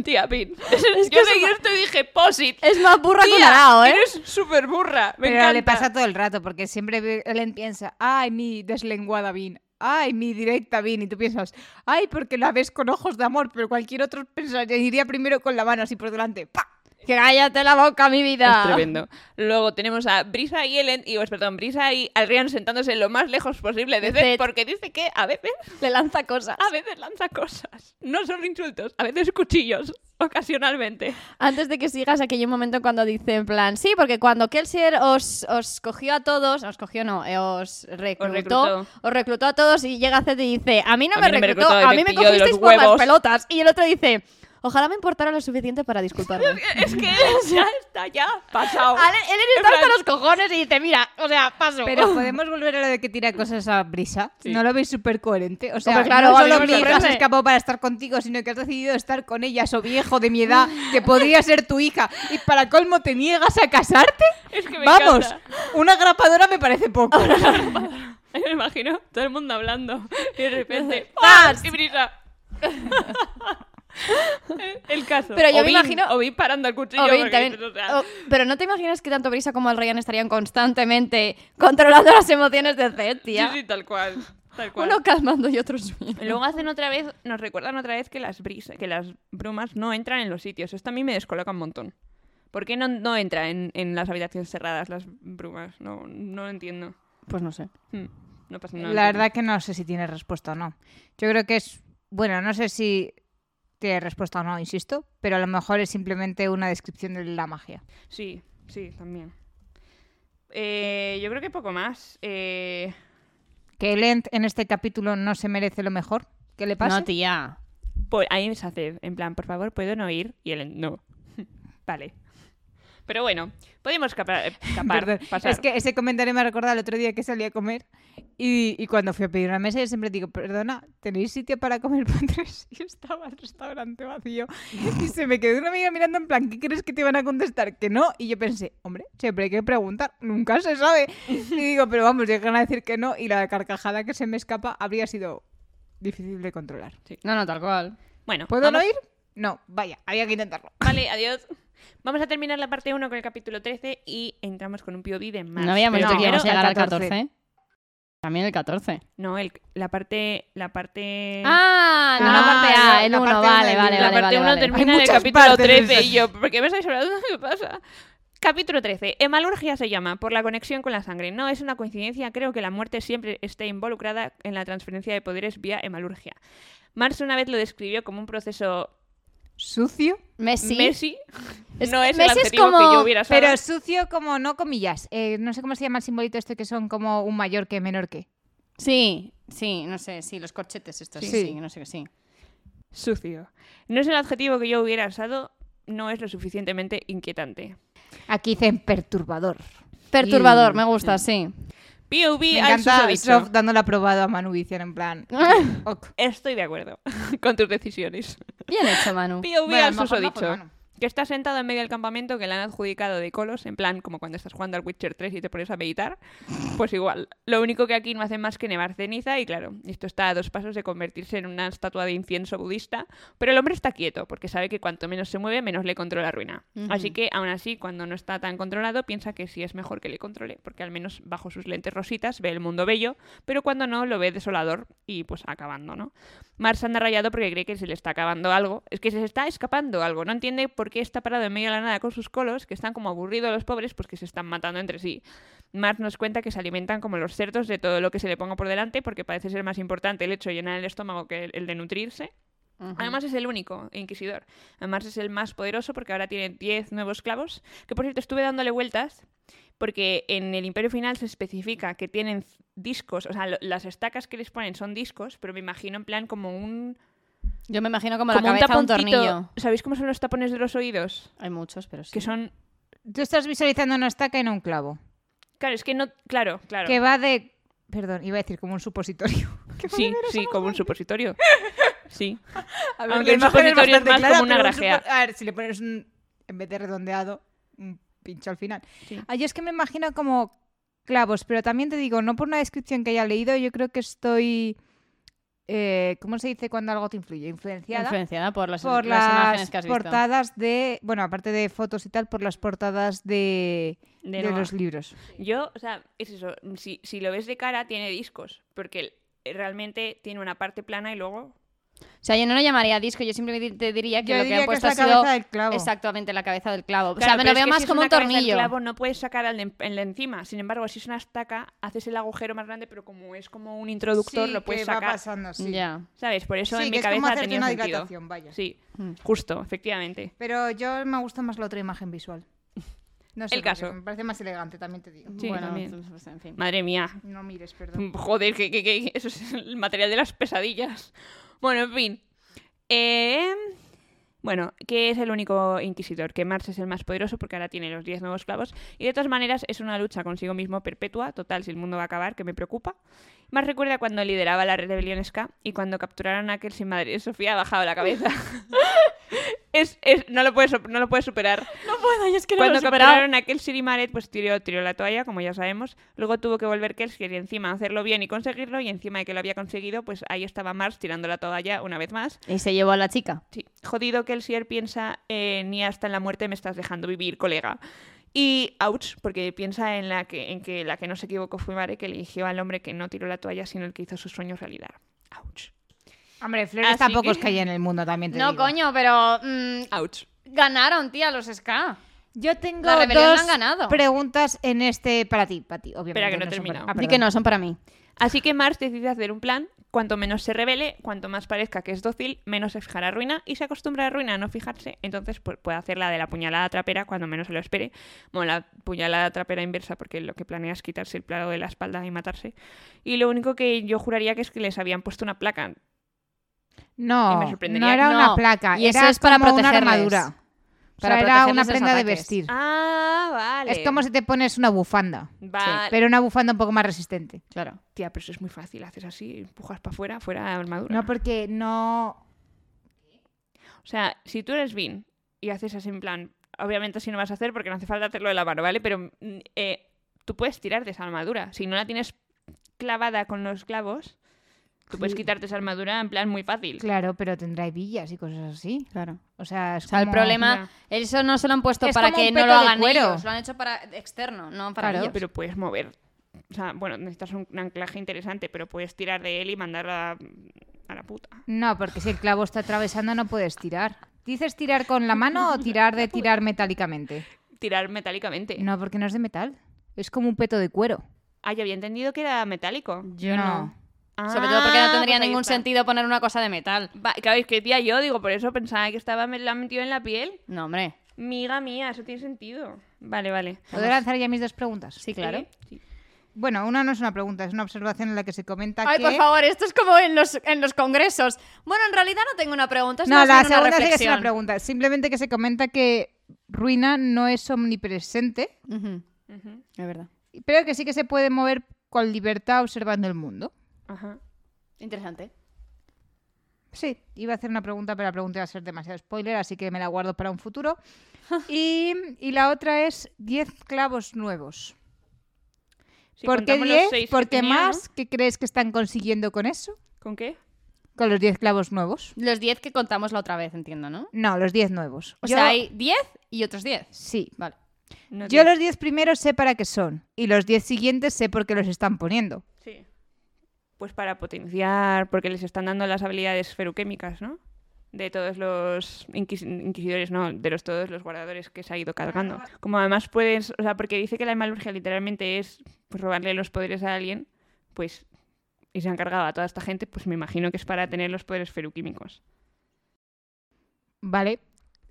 Speaker 2: tía Bin?
Speaker 1: que *laughs*
Speaker 2: Yo
Speaker 1: es
Speaker 2: seguí
Speaker 1: ma-
Speaker 2: esto y dije, posit.
Speaker 1: es más burra que un
Speaker 2: Tía,
Speaker 1: arao, ¿eh?
Speaker 2: eres súper burra. Me
Speaker 3: Pero
Speaker 2: encanta.
Speaker 3: le pasa todo el rato, porque siempre ve- Ellen piensa, ay, mi deslenguada Vin, ay, mi directa Vin, y tú piensas, ay, porque la ves con ojos de amor, pero cualquier otro pensaría, iría primero con la mano así por delante. ¡pa!
Speaker 1: Cállate la boca, mi vida.
Speaker 2: Es tremendo. Luego tenemos a Brisa y Ellen, y, pues, perdón, Brisa y Adrián sentándose lo más lejos posible de
Speaker 1: De Zed.
Speaker 2: Zed, porque dice que a veces,
Speaker 1: *laughs* Le lanza cosas.
Speaker 2: a veces lanza cosas. No solo insultos, a veces cuchillos, ocasionalmente.
Speaker 1: Antes de que sigas aquel momento cuando dice en plan, sí, porque cuando Kelsier os, os cogió a todos, os cogió no, eh, os reclutó, os reclutó,
Speaker 2: reclutó.
Speaker 1: a todos y llega Zed y dice, a mí no
Speaker 2: A
Speaker 1: me
Speaker 2: mí no me
Speaker 1: reclutó,
Speaker 2: reclutó,
Speaker 1: a
Speaker 2: y
Speaker 1: mí
Speaker 2: me
Speaker 1: me
Speaker 2: pilló de
Speaker 1: cogisteis
Speaker 2: los
Speaker 1: por las
Speaker 2: huevos".
Speaker 1: pelotas. Y el otro dice, ojalá me importara lo suficiente para
Speaker 2: *laughs*
Speaker 1: disculparme.
Speaker 2: Es que ya está, ya pasado.
Speaker 1: Ale- Ellen está hasta los cojones y dice, mira, o sea, paso. *laughs*
Speaker 3: Pero podemos volver a lo de que tira cosas a brisa.
Speaker 2: Sí.
Speaker 3: ¿No lo veis súper coherente? O sea,
Speaker 1: Hombre, claro,
Speaker 3: no
Speaker 1: a mí
Speaker 3: solo
Speaker 1: me
Speaker 3: mi hija
Speaker 1: sorprende.
Speaker 3: se escapó para estar contigo, sino que has decidido estar con ella, o viejo de mi edad, que podría ser tu hija, y para colmo te niegas a casarte.
Speaker 2: Es que me
Speaker 3: Vamos,
Speaker 2: encanta. *laughs*
Speaker 3: una grapadora me parece poco.
Speaker 2: Ahí me imagino todo el mundo hablando y de repente
Speaker 1: ¡Pars!
Speaker 2: ¡Pars! ¡Y brisa!
Speaker 1: *laughs*
Speaker 2: el caso.
Speaker 1: Pero yo me
Speaker 2: Ovin-
Speaker 1: imagino-
Speaker 2: Ovin parando el cuchillo.
Speaker 1: O bien,
Speaker 2: porque
Speaker 1: también- Oh,
Speaker 2: dices, o sea,
Speaker 1: o- pero no te imaginas que tanto Brisa como el Ryan estarían constantemente controlando las emociones de Zed, tía.
Speaker 2: sí, sí, tal cual. Tal cual.
Speaker 1: Uno calmando y otro subiendo.
Speaker 2: Luego hacen otra vez, nos recuerdan otra vez que las brisas, que las brumas no entran en los sitios. Esto a mí me descoloca un montón. ¿Por qué no, no entra en, en las habitaciones cerradas las brumas? No, no lo entiendo.
Speaker 1: Pues no sé.
Speaker 2: Hmm, No pasa nada.
Speaker 3: La verdad que no sé si tiene respuesta o no. Yo creo que es, bueno, no sé si tiene respuesta o no, insisto, pero a lo mejor es simplemente una descripción de la magia.
Speaker 2: Sí, sí, también. Eh, yo creo que poco más. Eh,
Speaker 3: Que Lent en este capítulo no se merece lo mejor que le pasa.
Speaker 1: No, tía.
Speaker 2: pues ahí es hacer, en plan, por favor, ¿puedo no ir? Y él, no. *laughs* vale. Pero bueno, podemos
Speaker 3: *laughs*
Speaker 2: escapar. escapar, pasar.
Speaker 3: Es que ese comentario me recuerda el otro día que salí a comer y, y cuando fui a pedir una mesa yo siempre digo, perdona, ¿tenéis sitio para comer para tres? *laughs* Y estaba el restaurante vacío y se me quedó una amiga mirando en plan, ¿qué crees que te van a contestar? Que no. Y yo pensé, hombre, siempre hay que preguntar, nunca se sabe. Y digo, pero vamos, llegan a decir que no y la carcajada que se me escapa habría sido difícil de controlar.
Speaker 1: No, no, tal cual.
Speaker 2: Bueno,
Speaker 3: ¿Puedo
Speaker 2: vamos-
Speaker 3: no ir? No, vaya, había que intentarlo.
Speaker 2: Vale, adiós. Vamos a terminar la parte 1 con el capítulo 13 y entramos con un POV de más.
Speaker 1: No habíamos
Speaker 2: Pero
Speaker 1: dicho que
Speaker 2: primero-
Speaker 1: íbamos a llegar al
Speaker 3: 14.
Speaker 1: 14. También el 14.
Speaker 2: No, el- la parte... La parte...
Speaker 1: Ah, no,
Speaker 3: Ah,
Speaker 1: la parte
Speaker 3: la-
Speaker 1: A, el
Speaker 3: la
Speaker 1: 1.
Speaker 3: parte uno
Speaker 1: Vale,
Speaker 3: del
Speaker 1: vale,
Speaker 3: libro.
Speaker 2: la
Speaker 1: vale.
Speaker 2: parte
Speaker 1: vale,
Speaker 2: 1
Speaker 1: vale.
Speaker 2: termina
Speaker 3: Hay
Speaker 2: en el
Speaker 3: muchas
Speaker 2: capítulo
Speaker 3: partes de
Speaker 2: 13 y
Speaker 3: esas.
Speaker 2: yo, ¿por qué me estáis hablando? ¿Qué pasa? Capítulo 13. Hemalurgia se llama, por la conexión con la sangre. No es una coincidencia, creo que la muerte siempre esté involucrada en la transferencia de poderes vía hemalurgia. Marx una vez lo describió como un proceso
Speaker 3: ¿Sucio?
Speaker 1: Messi.
Speaker 2: Messi.
Speaker 1: Es-
Speaker 2: no es
Speaker 1: Messi
Speaker 2: el
Speaker 1: es
Speaker 2: adjetivo que
Speaker 1: como-
Speaker 2: yo hubiera usado.
Speaker 3: Pero sucio como no comillas. Eh, no sé cómo se llama el simbolito este que son como un mayor que menor que.
Speaker 1: Sí, sí, no sé, sí, los corchetes estos.
Speaker 3: Sí.
Speaker 1: Sí, sí, no sé qué sí.
Speaker 2: Sucio. No es el adjetivo que yo hubiera usado, no es lo suficientemente inquietante.
Speaker 3: Aquí dicen perturbador.
Speaker 1: Perturbador, me gusta, sí.
Speaker 2: POV
Speaker 3: Me
Speaker 2: al
Speaker 3: encanta
Speaker 2: susodicho.
Speaker 3: Sof dándole aprobado a Manu Vician
Speaker 2: *laughs*
Speaker 3: en plan. ok.
Speaker 2: Estoy de acuerdo *laughs* con tus decisiones.
Speaker 1: Bien hecho, Manu.
Speaker 2: POV
Speaker 3: Bueno, a
Speaker 2: al
Speaker 3: lo mejor no fue
Speaker 2: susodicho.
Speaker 3: Manu.
Speaker 2: Que está sentado en medio del campamento que le han adjudicado de colos, en plan como cuando estás jugando al Witcher 3 y te pones a meditar. Pues igual. Lo único que aquí no hacen más que nevar ceniza y claro, esto está a dos pasos de convertirse en una estatua de incienso budista. Pero el hombre está quieto porque sabe que cuanto menos se mueve, menos le controla la ruina.
Speaker 1: Ujú.
Speaker 2: Así que aún así, cuando no está tan controlado, piensa que sí es mejor que le controle porque al menos bajo sus lentes rositas ve el mundo bello, pero cuando no lo ve desolador y pues acabando, ¿no? Mars anda rayado porque cree que se le está acabando algo. Es que se está escapando algo. No entiende por qué está parado en medio de la nada con sus colos, que están como aburridos los pobres, pues que se están matando entre sí. Mars nos cuenta que se alimentan como los cerdos de todo lo que se le ponga por delante, porque parece ser más importante el hecho de llenar el estómago que el- el de nutrirse.
Speaker 1: Ujú.
Speaker 2: Además es el único inquisidor. Además es el más poderoso porque ahora tiene 10 nuevos clavos. Que por cierto estuve dándole vueltas porque en el Imperio Final se especifica que tienen c- discos, o sea, lo- las estacas que les ponen son discos, pero me imagino en plan como un...
Speaker 1: Yo me imagino como,
Speaker 2: como
Speaker 1: la cabeza un,
Speaker 2: taponcito.
Speaker 1: tornillo.
Speaker 2: ¿Sabéis cómo son los tapones de los oídos?
Speaker 1: Hay muchos, pero sí.
Speaker 2: Que son...
Speaker 3: Tú estás visualizando una estaca y no un clavo.
Speaker 2: Claro, es que no... Claro, claro.
Speaker 3: Que va de. Perdón, iba a decir como
Speaker 2: *laughs*
Speaker 3: un supositorio.
Speaker 1: *laughs*
Speaker 3: Que va de
Speaker 2: Sí,
Speaker 3: veras
Speaker 2: sí,
Speaker 3: a-
Speaker 2: como un supositorio. Sí.
Speaker 3: A
Speaker 2: aunque el
Speaker 3: la imagen es
Speaker 2: supositorio es
Speaker 3: bastante
Speaker 2: más
Speaker 3: clara,
Speaker 2: como una
Speaker 3: pero un
Speaker 2: grajea.
Speaker 3: supo- A ver, si le pones un. En vez de redondeado, un pincho al final.
Speaker 2: Sí.
Speaker 3: Ah, yo es que me imagino como clavos, pero también te digo, no por una descripción que haya leído, yo creo que estoy. eh, ¿Cómo se dice cuando algo te influye? Influenciada.
Speaker 1: influenciada por las,
Speaker 3: por
Speaker 1: las
Speaker 3: las,
Speaker 1: imágenes que has visto.
Speaker 3: portadas de, bueno, aparte de fotos y tal, por las portadas de,
Speaker 2: De
Speaker 3: de,
Speaker 2: nuevo.
Speaker 3: los libros.
Speaker 2: Yo, o sea, es eso. Si, si lo ves de cara, tiene discos. Porque el- eh, realmente tiene una parte plana y luego
Speaker 1: O sea, yo no lo llamaría disco, yo simplemente te diría que
Speaker 3: Yo
Speaker 1: lo que
Speaker 3: diría
Speaker 1: han
Speaker 3: que es
Speaker 1: puesto
Speaker 3: la
Speaker 1: ha sido
Speaker 3: cabeza del clavo.
Speaker 1: exactamente la cabeza del clavo.
Speaker 2: Claro,
Speaker 1: o sea, me
Speaker 2: pero
Speaker 1: lo
Speaker 2: es
Speaker 1: veo
Speaker 2: que
Speaker 1: más
Speaker 2: si es
Speaker 1: como
Speaker 2: una
Speaker 1: un
Speaker 2: cabeza de
Speaker 1: tornillo.
Speaker 2: clavo, no puedes sacar al de, el de encima. Sin embargo, si es una estaca, haces el agujero más grande, pero como es como un introductor, lo puedes sacar.
Speaker 3: pasando,
Speaker 1: Ya.
Speaker 2: ¿Sabes? Por eso
Speaker 3: Sí,
Speaker 2: en mi
Speaker 3: que es como
Speaker 2: cabeza ha
Speaker 3: hacerte
Speaker 2: tenido
Speaker 3: una
Speaker 2: sentido.
Speaker 3: dilatación, vaya.
Speaker 2: Sí,
Speaker 1: Mm.
Speaker 2: justo, efectivamente.
Speaker 3: Pero yo me gusta más la otra
Speaker 1: *laughs*
Speaker 3: imagen visual. No sé,
Speaker 2: El
Speaker 3: por
Speaker 2: caso.
Speaker 3: qué, Me parece más elegante, también te digo.
Speaker 2: Sí,
Speaker 1: bueno,
Speaker 2: también.
Speaker 1: pues, en fin.
Speaker 2: Madre mía.
Speaker 3: No mires, perdón.
Speaker 2: *laughs* Joder, que, que- que- eso es el material de las pesadillas. Bueno, en fin. Eh, Bueno, que es el único inquisidor, que Mars es el más poderoso porque ahora tiene los 10 nuevos clavos. Y de todas maneras es una lucha consigo mismo perpetua, total, si el mundo va a acabar, que me preocupa. Más recuerda cuando lideraba la rebelión Ska y cuando capturaron a aquel sin madre. Sofía ha bajado la cabeza. *laughs* es, es- no, lo puedes, op- no lo puedes superar.
Speaker 1: No puedo, yo es que Pues no
Speaker 2: Cuando
Speaker 1: lo he superado.
Speaker 2: capturaron a Kelsey y Maret, pues tiró, tiró la toalla, como ya sabemos. Luego tuvo que volver Kelsey y encima hacerlo bien y conseguirlo. Y encima de que lo había conseguido, pues ahí estaba Mars tirando la toalla una vez más.
Speaker 1: Y se llevó a la chica.
Speaker 2: Sí. Jodido que el Sier piensa, eh, ni hasta en la muerte me estás dejando vivir, colega. Y, ouch, porque piensa en, la que, en que la que no se equivocó fue Mare, que eligió al hombre que no tiró la toalla, sino el que hizo sus sueños realidad. Ouch.
Speaker 3: Hombre, flores
Speaker 2: Así
Speaker 3: tampoco
Speaker 2: que-
Speaker 3: es que haya en el mundo también. te
Speaker 1: No,
Speaker 3: digo.
Speaker 1: coño, pero mm,
Speaker 2: Ouch.
Speaker 1: ganaron, tía, los
Speaker 3: Ah,
Speaker 1: SK.
Speaker 3: Yo tengo
Speaker 1: La rebelión la
Speaker 3: dos
Speaker 1: han ganado.
Speaker 3: preguntas en este para ti, para ti, obviamente.
Speaker 2: Espera, que no he
Speaker 3: son para-
Speaker 2: terminado.
Speaker 3: Ah,
Speaker 1: Así
Speaker 3: perdón.
Speaker 1: que no, son para mí.
Speaker 2: Así que Mars decide hacer un plan. Cuanto menos se revele, cuanto más parezca que es dócil, menos se fijará ruina y se acostumbra a ruina a no fijarse. Entonces pues, puede hacer la de la puñalada trapera cuando menos se lo espere. Bueno, la puñalada trapera inversa, porque lo que planea es quitarse el plano de la espalda y matarse. Y lo único que yo juraría que es que les habían puesto una placa. Y
Speaker 3: No,
Speaker 2: me sorprendería
Speaker 3: no era
Speaker 1: que-
Speaker 3: una
Speaker 1: No,
Speaker 3: placa.
Speaker 1: y eso
Speaker 3: era
Speaker 1: es para
Speaker 3: como una
Speaker 1: protegerles.
Speaker 3: armadura. O sea,
Speaker 1: Para
Speaker 3: era
Speaker 1: protegerles
Speaker 3: una
Speaker 1: de
Speaker 3: prenda de
Speaker 1: ataques.
Speaker 3: vestir.
Speaker 2: Ah, vale.
Speaker 3: Es como si te pones una bufanda.
Speaker 2: Vale.
Speaker 3: Pero una bufanda un poco más resistente.
Speaker 1: Claro.
Speaker 2: Tía, pero eso es muy fácil. Haces así, empujas para afuera, fuera armadura.
Speaker 3: No, porque no.
Speaker 2: O sea, si tú eres Vin y haces así en plan, obviamente así no vas a hacer porque no hace falta hacerlo de la mano, ¿vale? Pero mm, eh, tú puedes tirar de esa armadura. Si no la tienes clavada con los clavos, tú puedes
Speaker 3: Sí.
Speaker 2: quitarte esa armadura en plan muy fácil.
Speaker 3: Claro, pero tendrá hebillas y cosas así.
Speaker 1: Claro.
Speaker 3: O sea, es
Speaker 1: O sea, el
Speaker 3: como-
Speaker 1: problema, eso no se lo han puesto
Speaker 3: Es
Speaker 1: para
Speaker 3: como un
Speaker 1: que no
Speaker 3: peto
Speaker 1: lo
Speaker 3: de
Speaker 1: hagan
Speaker 3: cuero.
Speaker 1: ellos, lo han hecho para externo, no para
Speaker 3: Claro,
Speaker 1: ellos.
Speaker 2: Pero puedes mover. O sea, bueno, necesitas un, un anclaje interesante, pero puedes tirar de él y mandarla a, a la puta.
Speaker 3: No, porque si el clavo está atravesando no puedes tirar. ¿Dices tirar con la mano o tirar *laughs* de tirar metálicamente?
Speaker 2: Tirar
Speaker 1: Eh,
Speaker 2: metálicamente.
Speaker 3: No, porque no es de metal. Es como un peto de cuero.
Speaker 2: Ah, yo había entendido que era metálico.
Speaker 1: Yo
Speaker 3: no.
Speaker 1: Sobre todo porque no
Speaker 2: Ah,
Speaker 1: tendría
Speaker 2: pues ahí
Speaker 1: ningún
Speaker 2: está.
Speaker 1: sentido poner una cosa de metal.
Speaker 2: Va, claro, es que tía, yo digo, por eso pensaba que estaba me la han metido en la piel.
Speaker 1: No, hombre.
Speaker 2: Miga mía, eso tiene sentido. Vale, vale.
Speaker 3: ¿Puedo lanzar ya mis dos preguntas?
Speaker 1: Sí, claro.
Speaker 2: Sí, sí.
Speaker 3: Bueno, una no es una pregunta, es una observación en la que se comenta
Speaker 1: Ay,
Speaker 3: que...
Speaker 1: por favor, esto es como en los, en los congresos. Bueno, en realidad no tengo una pregunta, es
Speaker 3: No,
Speaker 1: más
Speaker 3: la
Speaker 1: bien una
Speaker 3: segunda sí que es
Speaker 1: reflexión.
Speaker 3: una pregunta. Simplemente que se comenta que ruina no es omnipresente,
Speaker 1: Ujú,
Speaker 2: Ujú,
Speaker 1: Es verdad.
Speaker 3: pero que sí que se puede mover con libertad observando el mundo.
Speaker 2: Ajá.
Speaker 1: Interesante.
Speaker 3: Sí, iba a hacer una pregunta, pero la pregunta iba a ser demasiado spoiler, así que me la guardo para un futuro.
Speaker 1: Ah.
Speaker 3: Y, y la otra es 10 clavos nuevos.
Speaker 2: Si
Speaker 3: ¿Por qué
Speaker 2: contamos los
Speaker 3: 10?
Speaker 2: seis que
Speaker 3: ¿Por qué
Speaker 2: tenía,
Speaker 3: más? ¿Qué crees que están consiguiendo con eso?
Speaker 2: ¿no? ¿Con qué?
Speaker 3: Con los 10 clavos nuevos.
Speaker 1: Los 10 que contamos la otra vez, entiendo, ¿no?
Speaker 3: No, los 10 nuevos.
Speaker 1: O
Speaker 3: Yo-
Speaker 1: sea, hay 10 y otros 10.
Speaker 3: Sí,
Speaker 1: Vale.
Speaker 2: No
Speaker 3: Yo
Speaker 2: tiene-
Speaker 3: los 10 primeros sé para qué son y los 10 siguientes sé por qué los están poniendo.
Speaker 2: Sí. Pues para potenciar, porque les están dando las habilidades feruquémicas, ¿no? De todos los inquis- inquisidores, no, de los, todos los guardadores que se ha ido cargando.
Speaker 3: Ah.
Speaker 2: Como además puedes, o sea, porque dice que la hemalurgia literalmente es pues, robarle los poderes a alguien, pues, y se han cargado a toda esta gente, pues me imagino que es para tener los poderes feruquímicos.
Speaker 3: Vale.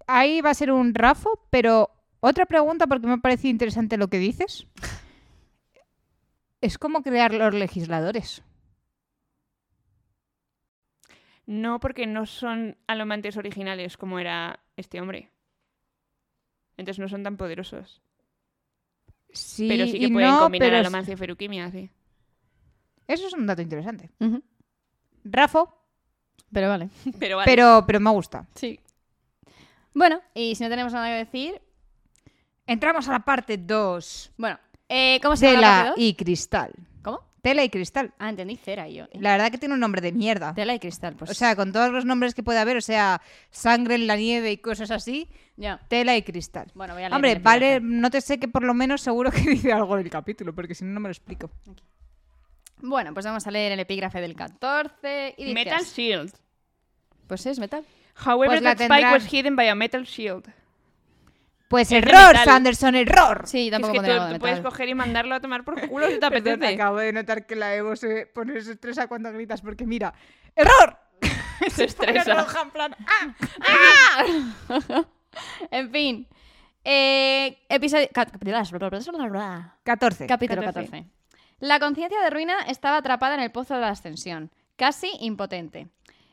Speaker 3: Ahí va a ser un rafo, pero otra pregunta porque me parece interesante lo que dices. Es cómo crear los legisladores.
Speaker 2: No, porque no son alomantes originales como era este hombre. Entonces no son tan poderosos.
Speaker 3: Sí,
Speaker 2: pero sí
Speaker 3: y
Speaker 2: que pueden
Speaker 3: no,
Speaker 2: combinar
Speaker 3: pero es-
Speaker 2: alomancia y feruquimia, sí.
Speaker 3: Eso es un dato interesante.
Speaker 1: Ujú.
Speaker 3: Rafo,
Speaker 1: Pero vale.
Speaker 2: Pero vale.
Speaker 3: pero, pero me gusta.
Speaker 1: Sí. Bueno, y si no tenemos nada que decir,
Speaker 3: Entramos a la parte 2.
Speaker 1: bueno, eh, ¿cómo se llama la
Speaker 3: Tela
Speaker 1: parte dos?
Speaker 3: y cristal.
Speaker 1: ¿Cómo?
Speaker 3: Tela y cristal.
Speaker 1: Ah, entendí cera yo.
Speaker 3: La verdad que tiene un nombre de mierda.
Speaker 1: Tela y cristal, pues.
Speaker 3: O sea, con todos los nombres que puede haber, o sea, sangre en la nieve y cosas así,
Speaker 1: ya.
Speaker 3: tela y cristal.
Speaker 1: Bueno, voy a leer
Speaker 3: Hombre,
Speaker 1: el
Speaker 3: vale,
Speaker 1: epígrafe.
Speaker 3: no te sé que por lo menos seguro que *laughs* dice algo en el capítulo, porque si no, no me lo explico.
Speaker 1: Bueno, pues vamos a leer el epígrafe del 14 y dice
Speaker 2: Metal
Speaker 1: así.
Speaker 2: Shield.
Speaker 1: Pues es metal.
Speaker 2: However,
Speaker 3: Pues la
Speaker 2: that spike
Speaker 3: tendrán.
Speaker 2: was hidden by a metal shield.
Speaker 3: Pues
Speaker 2: Es de
Speaker 3: error,
Speaker 2: metal.
Speaker 3: Sanderson, error.
Speaker 1: Sí,
Speaker 2: Que es
Speaker 1: tampoco
Speaker 2: que tú,
Speaker 1: pondría algo de
Speaker 2: tú puedes
Speaker 1: metal.
Speaker 2: coger y mandarlo a tomar por culo si te
Speaker 3: Perdón,
Speaker 2: apetece. *laughs*
Speaker 3: acabo de notar que la Evo se pone se estresa cuando gritas, porque mira, error.
Speaker 2: Se estresa.
Speaker 3: roja, en plan, ¡ah!
Speaker 1: En fin. Eh, episodio... ca- Capítulo Este,
Speaker 3: 14.
Speaker 1: 14. La conciencia de Ruina estaba atrapada en el pozo de la ascensión, casi impotente.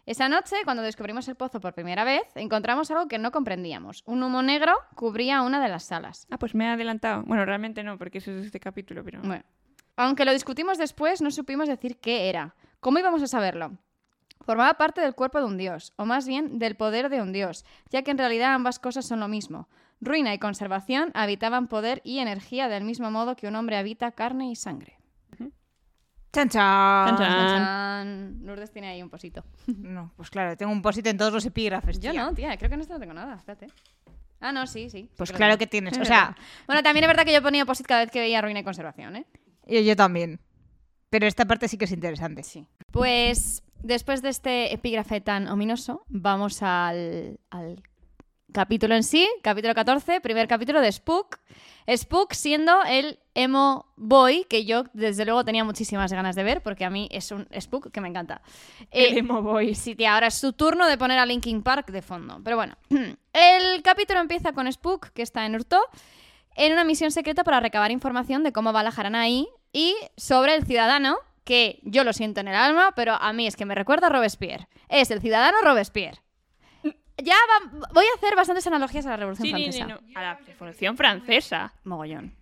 Speaker 1: Esa noche, cuando descubrimos el pozo por primera vez, encontramos algo que no comprendíamos. Un humo negro cubría una de las salas.
Speaker 2: Ah, pues me he adelantado. Bueno, realmente no, porque eso es este capítulo, pero...
Speaker 1: Bueno, aunque lo discutimos después, no supimos decir qué era. ¿Cómo íbamos a saberlo? Formaba parte del cuerpo de un dios, o más bien del poder de un dios, ya que en realidad ambas cosas son lo mismo. Ruina y conservación habitaban poder y energía del mismo modo que un hombre habita carne y sangre.
Speaker 3: ¡Chan, chan!
Speaker 2: Chan, chan.
Speaker 1: Chan. Lourdes tiene ahí un posito.
Speaker 3: No, pues claro, tengo un posito en todos los epígrafes.
Speaker 1: Yo
Speaker 3: tía.
Speaker 1: no, tía, creo que en esto no tengo nada, espérate. Ah, no, sí, sí.
Speaker 3: Pues
Speaker 1: sí
Speaker 3: claro
Speaker 1: tengo.
Speaker 3: que tienes.
Speaker 1: Es
Speaker 3: O
Speaker 1: verdad.
Speaker 3: sea,
Speaker 1: Bueno, también es verdad que yo ponía posit cada vez que veía ruina y conservación, ¿eh?
Speaker 3: yo, yo también. Pero esta parte sí que es interesante.
Speaker 1: Sí. Pues después de este epígrafe tan ominoso, vamos al, al capítulo en sí, capítulo 14, primer capítulo de Spook. Spook siendo el emo boy que yo desde luego tenía muchísimas ganas de ver porque a mí es un Spook que me encanta. Eh,
Speaker 3: boy.
Speaker 1: Sí, tía, ahora es su turno de poner a Linkin Park de fondo. Pero bueno, *clears throat* el capítulo empieza con Spook, que está en Urto, en una misión secreta para recabar información de cómo va la jarana ahí y sobre el ciudadano, que yo lo siento en el alma, pero a mí es que me recuerda a Robespierre. Es el ciudadano Robespierre. Ya va- voy a hacer bastantes analogías a la Revolución
Speaker 2: Sí, ni- ni-
Speaker 1: Francesa.
Speaker 2: no. A la Revolución Francesa.
Speaker 1: Mogollón.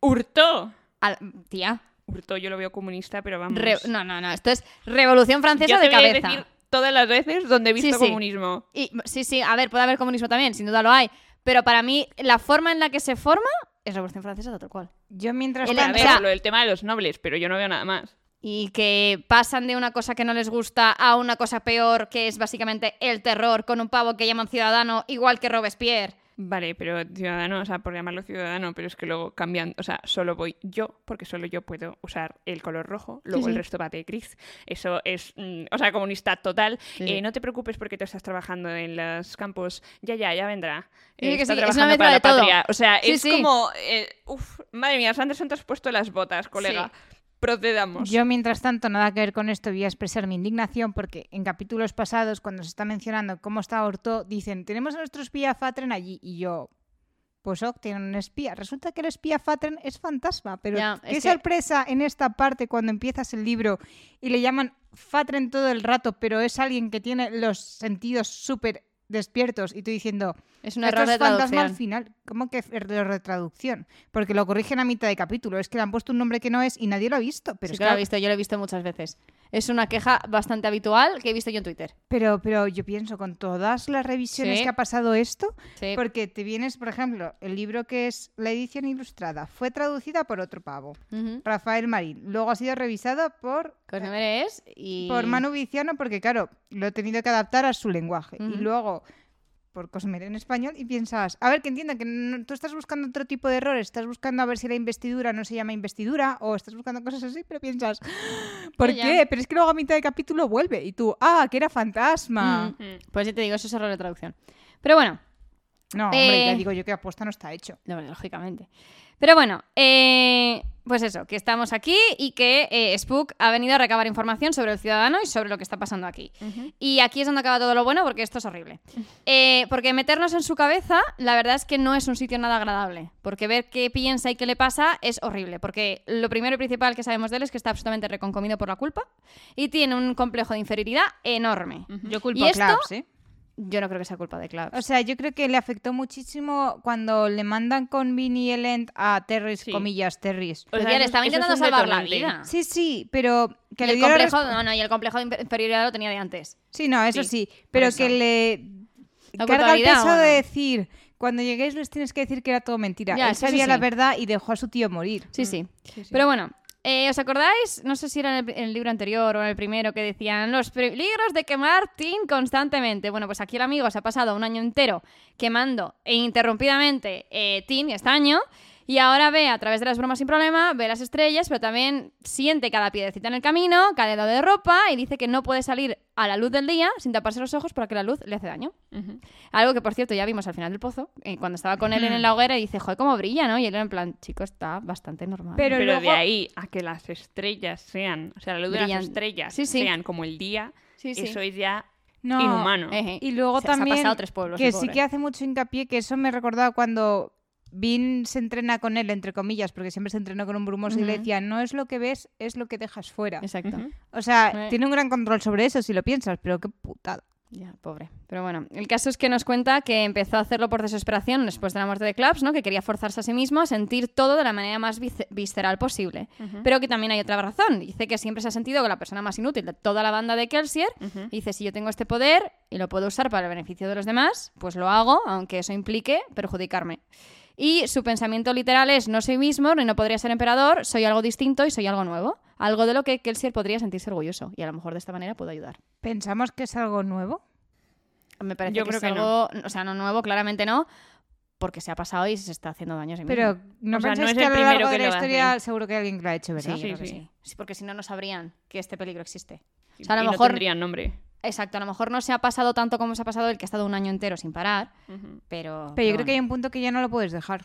Speaker 2: Hurtó.
Speaker 1: Al- tía.
Speaker 2: Hurtó, yo lo veo comunista, pero vamos.
Speaker 1: re- no, no, no. Esto es Revolución Francesa
Speaker 2: ya te
Speaker 1: de
Speaker 2: voy a
Speaker 1: cabeza.
Speaker 2: decir todas las veces donde he
Speaker 1: Sí,
Speaker 2: visto
Speaker 1: sí.
Speaker 2: comunismo.
Speaker 1: Y, sí, sí, a ver, puede haber comunismo también, sin duda lo hay. Pero para mí, la forma en la que se forma es Revolución Francesa, tal cual.
Speaker 3: Yo mientras
Speaker 1: El-
Speaker 2: A
Speaker 1: o
Speaker 3: tanto-
Speaker 2: ver,
Speaker 1: sea-
Speaker 2: lo del tema de los nobles, pero yo no veo nada más.
Speaker 1: Y que pasan de una cosa que no les gusta a una cosa peor, que es básicamente el terror, con un pavo que llaman ciudadano, igual que Robespierre.
Speaker 2: Vale, pero ciudadano, o sea, por llamarlo ciudadano, pero es que luego cambian, o sea, solo voy yo, porque solo yo puedo usar el color rojo, luego el
Speaker 1: sí.
Speaker 2: resto va de gris. Eso es, mm, o sea, comunista total.
Speaker 1: Sí,
Speaker 2: Eh,
Speaker 1: sí.
Speaker 2: No te preocupes porque tú estás trabajando en los campos, ya, ya, ya vendrá.
Speaker 1: Sí,
Speaker 2: Eh,
Speaker 1: que
Speaker 2: está
Speaker 1: sí, es una
Speaker 2: trabajando
Speaker 1: mezcla
Speaker 2: para
Speaker 1: de
Speaker 2: la
Speaker 1: todo.
Speaker 2: patria. O sea,
Speaker 1: Sí,
Speaker 2: es
Speaker 1: sí.
Speaker 2: como, eh, uf, madre mía, Sanderson te has puesto las botas, colega. Procedamos.
Speaker 3: Yo, mientras tanto, nada que ver con esto, voy a expresar mi indignación porque en capítulos pasados, cuando se está mencionando cómo está Orto, dicen, tenemos a nuestro espía Fatren allí. Y yo, pues ok, tienen un espía. Resulta que el espía Fatren es fantasma, pero
Speaker 1: Ya,
Speaker 3: qué
Speaker 1: es que-
Speaker 3: sorpresa en esta parte cuando empiezas el libro y le llaman Fatren todo el rato, pero es alguien que tiene los sentidos súper despiertos y tú diciendo,
Speaker 1: Es un
Speaker 3: esto
Speaker 1: error de
Speaker 3: es fantasma al
Speaker 1: traducción.
Speaker 3: final. ¿Cómo que error de traducción? Porque lo corrigen a mitad de capítulo. Es que le han puesto un nombre que no es y nadie lo ha visto. Pero
Speaker 1: Sí
Speaker 3: es
Speaker 1: que
Speaker 3: que
Speaker 1: lo he visto, yo lo he visto muchas veces. Es una queja bastante habitual que he visto yo en Twitter.
Speaker 3: Pero, pero yo pienso, con todas las revisiones
Speaker 1: Sí. Eh.
Speaker 3: que ha pasado esto,
Speaker 1: Sí.
Speaker 3: porque te vienes, por ejemplo, el libro que es la edición ilustrada, fue traducida por otro pavo,
Speaker 1: Ujú.
Speaker 3: Rafael Marín. Luego ha sido revisada por, eh,
Speaker 1: Pues no eres y...
Speaker 3: por Manu Viciano, porque claro, lo he tenido que adaptar a su lenguaje. Y
Speaker 1: Ujú.
Speaker 3: luego por Cosmer en español y piensas, a ver, que entiendo que no- tú estás buscando otro tipo de errores, estás buscando a ver si la investidura no se llama investidura o estás buscando cosas así, pero piensas,
Speaker 1: *gasps*
Speaker 3: ¿por
Speaker 1: Ya, ya.
Speaker 3: qué? Pero es que luego a mitad de capítulo vuelve y tú, ah, que era fantasma.
Speaker 1: Mm. Pues ya te digo, eso es error de traducción. Pero bueno,
Speaker 3: No, hombre,
Speaker 1: Eh,
Speaker 3: ya digo yo que apuesta no está hecho.
Speaker 1: No, bueno, lógicamente. Pero bueno, eh, pues eso, que estamos aquí y que eh, Spook ha venido a recabar información sobre el ciudadano y sobre lo que está pasando aquí. Y aquí es donde acaba todo lo bueno porque esto es
Speaker 3: *laughs*
Speaker 1: horrible. Eh, porque meternos en su cabeza, la verdad es que no es un sitio nada agradable. Porque ver qué piensa y qué le pasa es horrible. Porque lo primero y principal que sabemos de él es que está absolutamente reconcomido por la culpa y tiene un complejo de inferioridad enorme.
Speaker 3: Yo
Speaker 1: ¿Y
Speaker 3: culpo a
Speaker 1: esto?
Speaker 3: Claps, ¿eh?
Speaker 1: Yo no creo que sea culpa de Klaus.
Speaker 3: O sea, yo creo que le afectó muchísimo cuando le mandan con Vinnie Elend a Terris,
Speaker 2: Sí.
Speaker 3: comillas, Terris.
Speaker 2: Pues
Speaker 1: Pero tía, le estaba intentando salvar la vida.
Speaker 3: Sí, sí, pero que
Speaker 1: Y
Speaker 3: le
Speaker 1: el
Speaker 3: dio la
Speaker 1: complejo,
Speaker 3: resp-
Speaker 1: no, no, y el complejo de inferioridad lo tenía de antes.
Speaker 3: Sí, no, eso
Speaker 2: Sí,
Speaker 3: sí,
Speaker 1: por
Speaker 3: pero
Speaker 1: eso.
Speaker 3: que le
Speaker 1: ¿La
Speaker 3: carga el
Speaker 1: culpabilidad
Speaker 3: peso
Speaker 1: o no?
Speaker 3: de decir, cuando lleguéis les tienes que decir que era todo mentira.
Speaker 1: Ya,
Speaker 3: Él
Speaker 1: sí, sí,
Speaker 3: sabía la
Speaker 1: sí.
Speaker 3: verdad y dejó a su tío morir.
Speaker 1: Sí, sí.
Speaker 2: Ah, sí.
Speaker 1: Pero bueno, eh, ¿os acordáis? No sé si era en el, en el libro anterior o en el primero que decían los peligros de quemar tin constantemente. Bueno, pues aquí el amigo se ha pasado un año entero quemando e interrumpidamente eh, tin y estaño. Y ahora ve a través de las bromas sin problema, ve las estrellas, pero también siente cada piedecita en el camino, cada dedo de ropa y dice que no puede salir a la luz del día sin taparse los ojos porque la luz le hace daño. Algo que, por cierto, ya vimos al final del pozo, eh, cuando estaba con él en la hoguera y dice, joder, cómo brilla, ¿no? Y él era en plan, chico, está bastante normal.
Speaker 3: Pero
Speaker 2: Pero, de
Speaker 3: luego-
Speaker 2: ahí a que las estrellas sean, o sea, la luz de
Speaker 1: Brillan-
Speaker 2: las estrellas
Speaker 1: Sí, sí.
Speaker 2: sean como el día,
Speaker 1: Sí, sí.
Speaker 2: eso es ya
Speaker 3: No.
Speaker 2: inhumano.
Speaker 1: Ejé.
Speaker 3: Y luego
Speaker 1: Se- se ha
Speaker 3: también
Speaker 1: pasado tres pueblos,
Speaker 3: que
Speaker 1: el
Speaker 3: sí
Speaker 1: pobre.
Speaker 3: que hace mucho hincapié que eso me recordaba cuando Vin se entrena con él entre comillas, porque siempre se entrenó con un brumoso y le
Speaker 1: Ujú.
Speaker 3: decía, "No es lo que ves, es lo que dejas fuera."
Speaker 1: Exacto.
Speaker 2: Ujú.
Speaker 3: O sea,
Speaker 1: Eh.
Speaker 3: tiene un gran control sobre eso si lo piensas, pero qué putada.
Speaker 1: Ya, pobre. Pero bueno, el caso es que nos cuenta que empezó a hacerlo por desesperación después de la muerte de Klaus, ¿no? Que quería forzarse a sí mismo a sentir todo de la manera más vis- visceral posible. Pero que también hay otra razón. Dice que siempre se ha sentido que la persona más inútil de toda la banda de Kelsier.
Speaker 2: Ujú.
Speaker 1: Dice, si yo tengo este poder y lo puedo usar para el beneficio de los demás, pues lo hago, aunque eso implique perjudicarme. Y su pensamiento literal es, no soy mismo, ni no podría ser emperador, soy algo distinto y soy algo nuevo. Algo de lo que Kelsier podría sentirse orgulloso. Y a lo mejor de esta manera puedo ayudar.
Speaker 3: ¿Pensamos que es algo nuevo?
Speaker 1: Me parece
Speaker 2: Yo
Speaker 1: que
Speaker 2: creo
Speaker 1: es
Speaker 2: que
Speaker 1: algo, o sea, no nuevo, claramente no, porque se ha pasado y se está haciendo daño a sí mismo.
Speaker 3: Pero no
Speaker 2: O sea, no
Speaker 3: pensáis
Speaker 2: es
Speaker 3: que
Speaker 2: el
Speaker 3: a lo
Speaker 2: primero
Speaker 3: largo de
Speaker 2: que
Speaker 3: la
Speaker 2: lo
Speaker 3: historia
Speaker 2: hace.
Speaker 3: seguro que alguien lo ha hecho, ¿verdad?
Speaker 1: sí, yo creo que
Speaker 2: sí,
Speaker 1: sí. Sí, porque si no, no sabrían que este peligro existe.
Speaker 2: Y-
Speaker 1: O sea, a lo
Speaker 2: y no
Speaker 1: mejor-
Speaker 2: tendrían nombre.
Speaker 1: Exacto, a lo mejor no se ha pasado tanto como se ha pasado el que ha estado un año entero sin parar,
Speaker 2: Ujú.
Speaker 1: pero...
Speaker 3: Pero yo creo
Speaker 1: bueno.
Speaker 3: que hay un punto que ya no lo puedes dejar.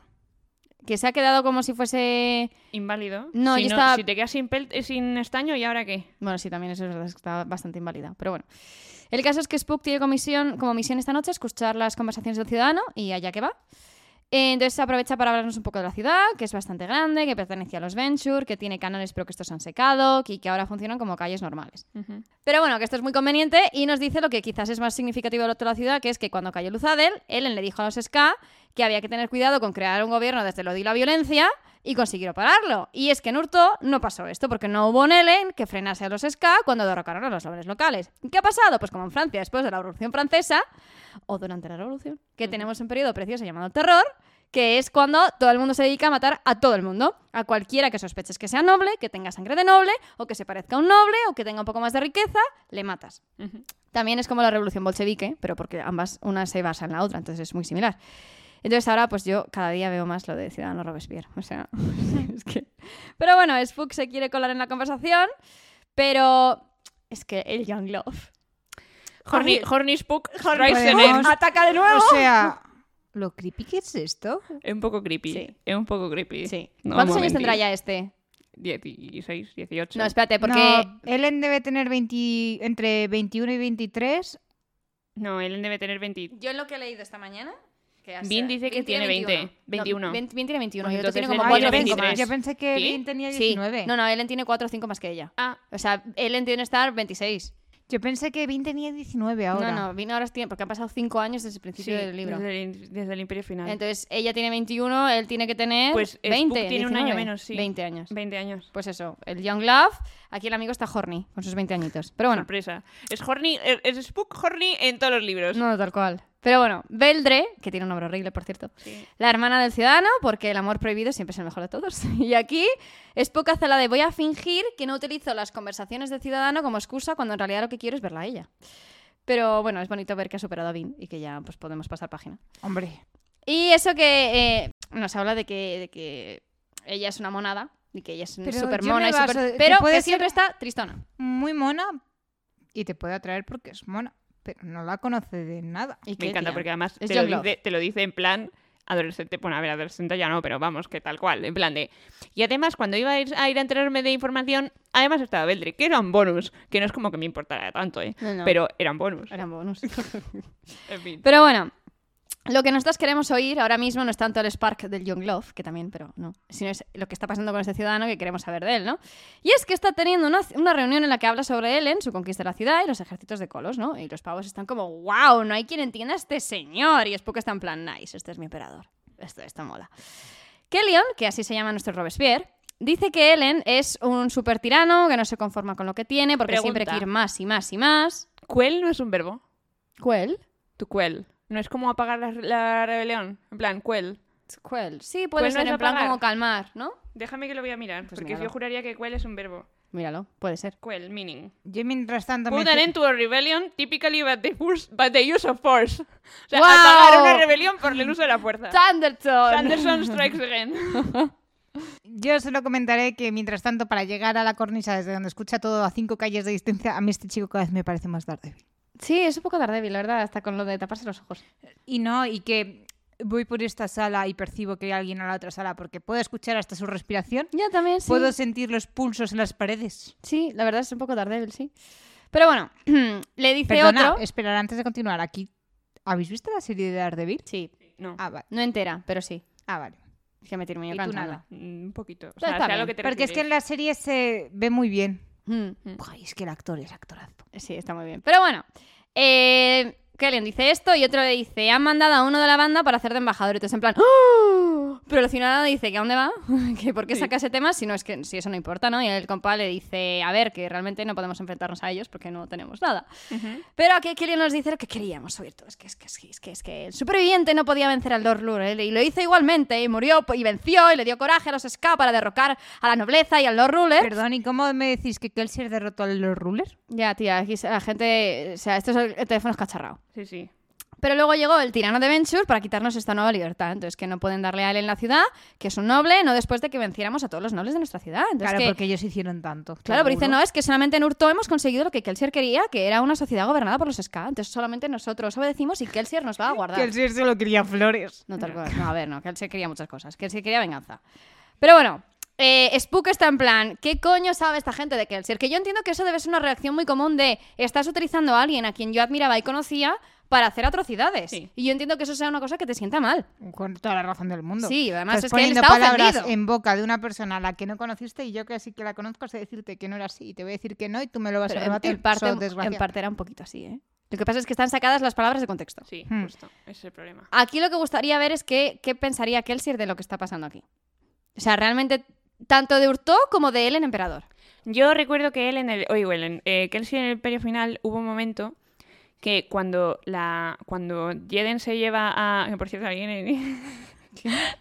Speaker 1: Que se ha quedado como si fuese...
Speaker 2: Inválido.
Speaker 1: No,
Speaker 2: si,
Speaker 1: yo estaba-
Speaker 2: si te quedas sin, pel- eh, sin estaño, ¿y ahora qué?
Speaker 1: Bueno, sí, también eso es verdad, es que está bastante inválida, pero bueno. El caso es que Spook tiene comisión, como misión esta noche escuchar las conversaciones del ciudadano y allá que va. Eh, Entonces se aprovecha para hablarnos un poco de la ciudad, que es bastante grande, que pertenece a los Venture, que tiene canales pero que estos se han secado y que ahora funcionan como calles normales.
Speaker 2: Ujú.
Speaker 1: Pero bueno, que esto es muy conveniente y nos dice lo que quizás es más significativo de toda la ciudad, que es que cuando cayó Luzadel, Ellen le dijo a los SK que había que tener cuidado con crear un gobierno desde el odio y la violencia y consiguieron pararlo. Y es que en Hurto no pasó esto, porque no hubo un Ellen que frenase a los SK cuando derrocaron a los nobles locales. ¿Y ¿Qué ha pasado? Pues como en Francia, después de la Revolución Francesa, o durante la Revolución, que tenemos un periodo precioso llamado terror, que es cuando todo el mundo se dedica a matar a todo el mundo, a cualquiera que sospeches que sea noble, que tenga sangre de noble, o que se parezca a un noble, o que tenga un poco más de riqueza, le matas.
Speaker 2: Ujú.
Speaker 1: También es como la revolución bolchevique, pero porque ambas, una se basa en la otra, entonces es muy similar. Entonces ahora pues yo cada día veo más lo de Ciudadano Robespierre, o sea, *laughs* es que... Pero bueno, Spook se quiere colar en la conversación, pero es que el Young Love...
Speaker 2: Horny, horny Spook strikes
Speaker 3: Spook.
Speaker 2: again.
Speaker 3: Podemos-
Speaker 1: ¡Ataca de nuevo!
Speaker 3: O sea, ¿lo creepy que es esto?
Speaker 2: Es un poco creepy.
Speaker 1: Sí.
Speaker 2: Es un poco creepy.
Speaker 1: Sí.
Speaker 2: No,
Speaker 1: ¿Cuántos
Speaker 2: un
Speaker 1: años tendrá
Speaker 2: momentín.
Speaker 1: ya este?
Speaker 2: 16, 18.
Speaker 1: No, espérate, Eh, porque...
Speaker 3: No, Ellen debe tener 20 entre 21 y 23.
Speaker 2: No, él debe tener 20.
Speaker 1: Yo lo que he leído esta mañana... Que
Speaker 2: Bin dice que tiene 20, 21.
Speaker 1: No, Ben- Ben tiene 21.
Speaker 2: Pues
Speaker 1: y el otro tiene
Speaker 2: entonces
Speaker 1: como
Speaker 2: él
Speaker 1: 4 o
Speaker 2: tiene
Speaker 1: 5 más.
Speaker 2: veintitrés.
Speaker 3: Yo pensé que
Speaker 2: ¿Sí?
Speaker 3: Ellen tenía
Speaker 1: Sí.
Speaker 3: 19.
Speaker 1: No, no, Ellen tiene 4 o 5 más que ella.
Speaker 2: Ah,
Speaker 1: O sea, Ellen tiene que estar 26.
Speaker 3: Yo pensé que Vin tenía 19 ahora.
Speaker 1: No, no, Vin ahora tiene, porque han pasado 5 años desde el principio del libro.
Speaker 2: Desde el, desde el Imperio Final.
Speaker 1: Entonces, ella tiene 21, él tiene que tener
Speaker 2: Pues, Spook
Speaker 1: 20.
Speaker 2: tiene un
Speaker 1: 19,
Speaker 2: año menos, sí.
Speaker 1: 20 años.
Speaker 2: 20 años.
Speaker 1: Pues eso, el Young Love, aquí el amigo está horny, con sus 20 añitos. Pero bueno,
Speaker 2: Sorpresa. Es horny, es- es Spook horny en todos los libros.
Speaker 1: no, tal cual. Pero bueno, Beldre, que tiene un nombre horrible, por cierto,
Speaker 2: Sí.
Speaker 1: La hermana del ciudadano, porque el amor prohibido siempre es el mejor de todos. *laughs* Y aquí Spock hace la de voy a fingir que no utilizo las conversaciones del ciudadano como excusa cuando en realidad lo que quiero es verla a ella. Pero bueno, es bonito ver que ha superado a Vin y que ya pues podemos pasar página.
Speaker 3: Hombre.
Speaker 1: Y eso que eh, nos habla de que, de que ella es una monada y que ella es
Speaker 3: Pero
Speaker 1: súper
Speaker 3: yo
Speaker 1: mona
Speaker 3: me
Speaker 1: y
Speaker 3: baso-
Speaker 1: súper...
Speaker 3: que
Speaker 1: Pero
Speaker 3: puede
Speaker 1: que
Speaker 3: ser-
Speaker 1: siempre está tristona.
Speaker 3: Muy mona. Y te puede atraer porque es mona. Pero no la conoce de nada.
Speaker 1: ¿Y
Speaker 2: Me
Speaker 1: qué,
Speaker 2: encanta
Speaker 1: tía?
Speaker 2: porque además
Speaker 1: Es
Speaker 2: te lo,
Speaker 1: Young Love.
Speaker 2: dice, te lo dice en plan adolescente, bueno, a ver, adolescente ya no, pero vamos, que tal cual, en plan de... Y además, cuando iba a ir a, ir a enterarme de información, además estaba Beldre, que era un bonus, que no es como que me importara tanto, ¿eh?
Speaker 1: No, no,
Speaker 2: Pero era un bonus.
Speaker 1: eran bonus.
Speaker 2: *laughs* En fin.
Speaker 1: Pero bueno, lo que nosotros queremos oír ahora mismo no es tanto el spark del Young Love, que también, pero no, sino es lo que está pasando con este ciudadano que queremos saber de él, ¿no? Y es que está teniendo una, una reunión en la que habla sobre Ellen, su conquista de la ciudad y los ejércitos de colos, ¿no? Y los pavos están como, wow, no hay quien entienda a este señor. Y es porque está en plan, nice, este es mi emperador. Esto, esto mola. Kellyon, que así se llama nuestro Robespierre, dice que Ellen es un super tirano que no se conforma con lo que tiene porque siempre
Speaker 2: Pregunta.
Speaker 1: quiere ir más y más y más.
Speaker 2: Cuel no es un verbo.
Speaker 1: ¿Cuál?
Speaker 2: Tu cuel. No es como apagar la, la rebelión. En plan, cuel.
Speaker 1: Quell. Sí, puede
Speaker 2: Quell no
Speaker 1: ser
Speaker 2: es
Speaker 1: en plan
Speaker 2: apagar.
Speaker 1: como calmar, ¿no?
Speaker 2: Déjame que lo voy a mirar,
Speaker 1: Pues
Speaker 2: porque
Speaker 1: míralo.
Speaker 2: yo juraría que cuel es un verbo.
Speaker 1: Míralo, puede ser.
Speaker 2: Cuel, meaning.
Speaker 3: Yo mientras tanto me
Speaker 2: Put an
Speaker 3: fi-
Speaker 2: end to a rebellion, typically by the, force- by the use of force. *laughs* O sea,
Speaker 1: ¡Guau!
Speaker 2: apagar una rebelión por el uso de la fuerza.
Speaker 1: Thunderton.
Speaker 2: Sanderson strikes again.
Speaker 3: *laughs* Yo solo comentaré que mientras tanto, para llegar a la cornisa desde donde escucha todo a cinco calles de distancia, a mí este chico cada vez me parece más tarde.
Speaker 1: Sí, es un poco Daredevil, la verdad, hasta con lo de taparse los ojos.
Speaker 3: Y no, y que voy por esta sala y percibo que hay alguien a la otra sala porque puedo escuchar hasta su respiración,
Speaker 1: Ya también, sí.
Speaker 3: puedo sentir los pulsos en las paredes.
Speaker 1: Sí, la verdad es un poco Daredevil, sí. Pero bueno, *clears throat* le dice
Speaker 3: Perdona,
Speaker 1: otro.
Speaker 3: esperar antes de continuar. Aquí, ¿habéis visto la serie de Daredevil?
Speaker 1: Sí,
Speaker 2: No,
Speaker 3: Ah, vale.
Speaker 1: no entera, pero sí.
Speaker 3: Ah, vale.
Speaker 1: Es que me terminé
Speaker 3: Y tú
Speaker 1: cansando.
Speaker 3: nada.
Speaker 2: un poquito. O
Speaker 1: Pero
Speaker 2: sea,
Speaker 1: está
Speaker 2: sé a lo
Speaker 1: bien,
Speaker 2: que te
Speaker 3: Porque es que en
Speaker 2: refieres.
Speaker 3: la serie se ve muy bien.
Speaker 1: Mm,
Speaker 3: Buah, y es que el actor es actorazo.
Speaker 1: sí, está muy bien. Pero bueno, Eh, Kellen dice esto y otro le dice, han mandado a uno de la banda para hacer de embajador. Y tú en plan, "¡Oh!". pero el ciudadano dice, ¿que a dónde va? *laughs* ¿Que ¿Por qué saca ese tema? Si no es que si eso no importa, ¿no? Y el compa le dice, a ver, que realmente no podemos enfrentarnos a ellos porque no tenemos nada. Pero aquí Killian nos dice lo que queríamos oír todo. Es que, es que, es que, es que, es que el superviviente no podía vencer al Lord Lurel y lo hizo igualmente y murió y venció y le dio coraje a los Ska para derrocar a la nobleza y al Lord Ruler.
Speaker 3: Perdón, ¿y cómo me decís que Kelsier derrotó al Lord Ruler?
Speaker 1: Ya, tía, aquí la gente... O sea, esto es el, el teléfono es cacharrado.
Speaker 2: Sí, sí.
Speaker 1: Pero luego llegó el tirano de Venture para quitarnos esta nueva libertad. Entonces, que no pueden darle a él en la ciudad, que es un noble, no después de que venciéramos a todos los nobles de nuestra ciudad. Entonces,
Speaker 3: claro,
Speaker 1: que-
Speaker 3: porque ellos hicieron tanto.
Speaker 1: Claro, pero dice,
Speaker 3: seguro.
Speaker 1: no, es que solamente en Urto hemos conseguido lo que Kelsier quería, que era una sociedad gobernada por los Ska. Entonces, solamente nosotros obedecimos y Kelsier nos va a guardar.
Speaker 3: Kelsier solo quería flores.
Speaker 1: No, tal cual. No, a ver, no, que él se quería muchas cosas. Que él se quería venganza. Pero bueno, eh, Spook está en plan, ¿qué coño sabe esta gente de Kelsier? Que yo entiendo que eso debe ser una reacción muy común de estás utilizando a alguien a quien yo admiraba y conocía para hacer atrocidades.
Speaker 2: Sí.
Speaker 1: Y yo entiendo que eso sea una cosa que te sienta mal.
Speaker 3: Con toda la razón del mundo.
Speaker 1: Sí, además
Speaker 3: Estás
Speaker 1: es que él
Speaker 3: poniendo
Speaker 1: está
Speaker 3: palabras
Speaker 1: ofendido.
Speaker 3: en boca de una persona a la que no conociste y yo que sí que la conozco sé decirte que no era así y te voy a decir que no y tú me lo vas
Speaker 1: Pero
Speaker 3: a
Speaker 1: en,
Speaker 3: rebatir.
Speaker 1: en parte,
Speaker 3: Sos
Speaker 1: en
Speaker 3: desgraciada.
Speaker 1: parte era un poquito así, ¿eh? Lo que pasa es que están sacadas las palabras de contexto.
Speaker 2: Sí,
Speaker 3: Hmm.
Speaker 2: justo. Ese es el problema.
Speaker 1: Aquí lo que gustaría ver es que, qué pensaría Kelsier de lo que está pasando aquí. O sea, realmente tanto de Urto como de él en Emperador.
Speaker 2: Yo recuerdo que él en el. Oye, bueno, en, eh, que él sí en el Imperio Final hubo un momento que cuando la. cuando Jeden se lleva a. que por cierto, alguien en. *laughs*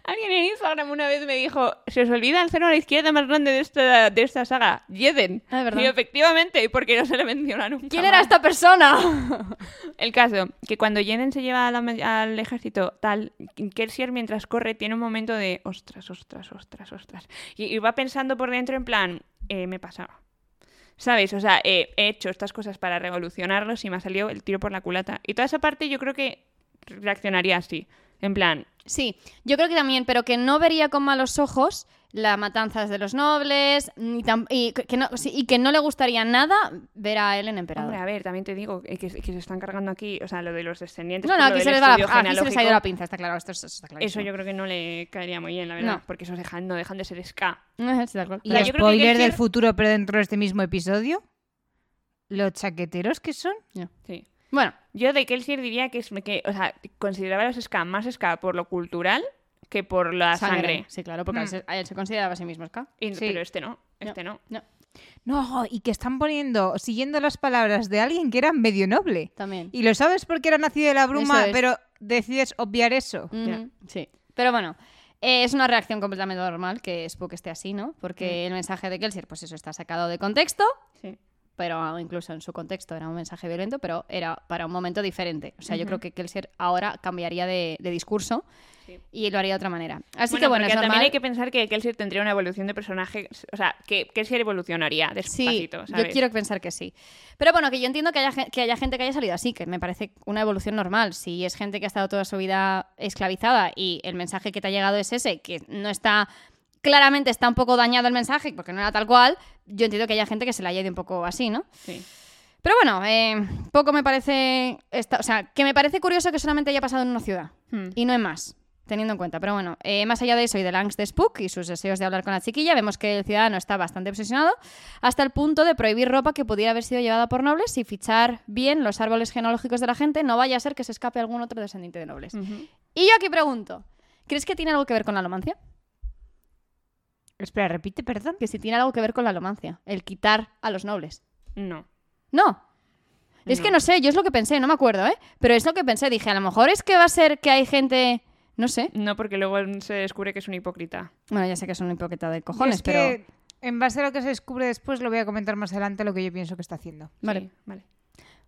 Speaker 2: Alguien en Instagram una vez me dijo, se os olvida el cero a la izquierda más grande de esta, de esta saga, Jeden.
Speaker 1: Ah, es verdad.
Speaker 2: Y efectivamente, porque no se le menciona nunca.
Speaker 1: ¿Quién
Speaker 2: más.
Speaker 1: era esta persona?
Speaker 2: El caso, que cuando Jeden se lleva a la me- al ejército tal, Kersier mientras corre tiene un momento de ostras, ostras, ostras, ostras. Y, y va pensando por dentro en plan, eh, me he pasado. ¿Sabes? O sea, eh, he hecho estas cosas para revolucionarlos y me ha salido el tiro por la culata. Y toda esa parte yo creo que reaccionaría así. En plan,
Speaker 1: Sí, yo creo que también, pero que no vería con malos ojos la matanza de los nobles ni tam- y, que- que no, sí, y que no le gustaría nada ver a él en emperador.
Speaker 2: hombre, a ver, también te digo eh, que, que se están cargando aquí, o sea, lo de los descendientes.
Speaker 1: no, no,
Speaker 2: con lo
Speaker 1: aquí
Speaker 2: del
Speaker 1: se, les va la,
Speaker 2: estudio
Speaker 1: ah, aquí se les ha ido la
Speaker 2: genealógico.
Speaker 1: pinza, está claro. Esto, es- está
Speaker 2: Eso
Speaker 1: clarísimo.
Speaker 2: yo creo que no le caería muy bien, la verdad,
Speaker 1: No.
Speaker 2: porque eso dejan, no dejan de ser ska.
Speaker 1: Ajá, *laughs* sí, tal cual.
Speaker 3: Y
Speaker 2: sea, yo creo que
Speaker 3: spoiler del
Speaker 2: Kelsier-
Speaker 3: futuro, pero dentro de este mismo episodio. Los chaqueteros que son.
Speaker 2: Sí.
Speaker 1: Bueno,
Speaker 2: Yo de Kelsier diría que es que, o sea, consideraba a los ska más ska por lo cultural que por la sangre.
Speaker 1: Sí, claro, porque
Speaker 3: Mm.
Speaker 1: él, se, a él se consideraba a sí mismo ska.
Speaker 2: Y-
Speaker 3: Sí.
Speaker 2: Pero este no, este no.
Speaker 3: No, y que están poniendo, siguiendo las palabras de alguien que era medio noble.
Speaker 1: También.
Speaker 3: Y lo sabes porque era nacido de la bruma,
Speaker 1: Eso es.
Speaker 3: pero decides obviar eso.
Speaker 1: Ujú, Sí. Pero bueno, eh, es una reacción completamente normal que Spook esté así, ¿no? Porque
Speaker 2: Mm.
Speaker 1: el mensaje de Kelsier, pues eso está sacado de contexto
Speaker 2: Sí.
Speaker 1: pero incluso en su contexto era un mensaje violento, pero era para un momento diferente. O sea, yo creo que Kelsier ahora cambiaría de, de discurso
Speaker 2: Sí.
Speaker 1: y lo haría de otra manera. Así que bueno,
Speaker 2: porque
Speaker 1: es normal.
Speaker 2: también hay que pensar que Kelsier tendría una evolución de personaje, o sea, que Kelsier evolucionaría
Speaker 1: Sí,
Speaker 2: despacito, ¿sabes?
Speaker 1: yo quiero pensar que sí. Pero bueno, que yo entiendo que haya, gen- que haya gente que haya salido así, que me parece una evolución normal. Si es gente que ha estado toda su vida esclavizada y el mensaje que te ha llegado es ese, que no está... Claramente está un poco dañado el mensaje porque no era tal cual. Yo entiendo que haya gente que se la haya ido un poco así, ¿no?
Speaker 2: Sí.
Speaker 1: Pero bueno, eh, poco me parece. esta- o sea, que me parece curioso que solamente haya pasado en una ciudad
Speaker 2: Hmm.
Speaker 1: y no en más, teniendo en cuenta. Pero bueno, eh, más allá de eso y del angst de Spook y sus deseos de hablar con la chiquilla, vemos que el ciudadano está bastante obsesionado hasta el punto de prohibir ropa que pudiera haber sido llevada por nobles y fichar bien los árboles genealógicos de la gente, no vaya a ser que se escape algún otro descendiente de nobles.
Speaker 2: Ujú.
Speaker 1: Y yo aquí pregunto. ¿Crees que tiene algo que ver con la alomancia?
Speaker 3: Espera, repite, perdón.
Speaker 1: Que si tiene algo que ver con la alomancia, el quitar a los nobles.
Speaker 2: No.
Speaker 1: No. Es que
Speaker 2: No.
Speaker 1: no sé, yo es lo que pensé, no me acuerdo, ¿eh? Pero es lo que pensé, dije, a lo mejor es que va a ser que hay gente, no sé.
Speaker 2: No, porque luego se descubre que es un hipócrita.
Speaker 1: Bueno, ya sé que es una hipócrita de
Speaker 3: Yo
Speaker 1: cojones,
Speaker 3: es
Speaker 1: pero
Speaker 3: que, en base a lo que se descubre después, lo voy a comentar más adelante lo que yo pienso que está haciendo.
Speaker 1: Vale.
Speaker 2: Sí, vale.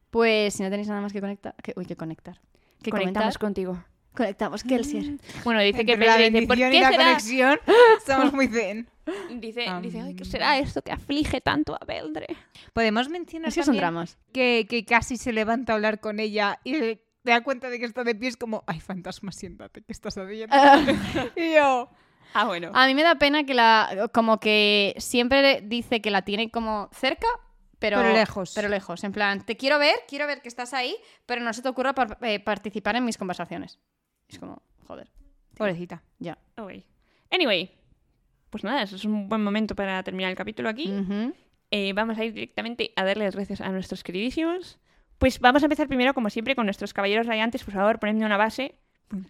Speaker 1: pues si no tenéis nada más que conectar, que uy, que conectar. Que conectamos,
Speaker 2: Conectamos contigo.
Speaker 1: conectamos Kelsier.
Speaker 2: Bueno, dice que
Speaker 3: Entre la
Speaker 2: Pepe dice, ¿por
Speaker 3: bendición
Speaker 2: qué
Speaker 3: y la
Speaker 2: será?
Speaker 3: *laughs* conexión, estamos muy zen.
Speaker 2: Dice,
Speaker 3: Ah.
Speaker 2: dice, "Ay, ¿qué será esto que aflige tanto a Beldre?
Speaker 3: Podemos mencionar
Speaker 1: Así son
Speaker 3: también
Speaker 1: dramas.
Speaker 3: que, que casi se levanta a hablar con ella y te da cuenta de que está de pie, es como, ay, fantasma, siéntate, ¿qué estás haciendo? y yo,
Speaker 2: Ah, bueno.
Speaker 1: A mí me da pena que la como que siempre dice que la tiene como cerca, pero
Speaker 3: Pero lejos.
Speaker 1: Pero lejos, en plan, te quiero ver, quiero ver que estás ahí, pero no se te ocurra par- eh, participar en mis conversaciones. Es como, joder,
Speaker 3: *laughs* pobrecita.
Speaker 1: ya.
Speaker 2: Ok. Anyway, pues nada, eso es un buen momento para
Speaker 1: Mm.
Speaker 2: terminar el capítulo aquí.
Speaker 1: Ujú.
Speaker 2: Eh, vamos a ir directamente a darle las gracias a nuestros queridísimos Pues vamos a empezar primero, como siempre, con nuestros caballeros radiantes. Por favor, ponedme una base. Vale.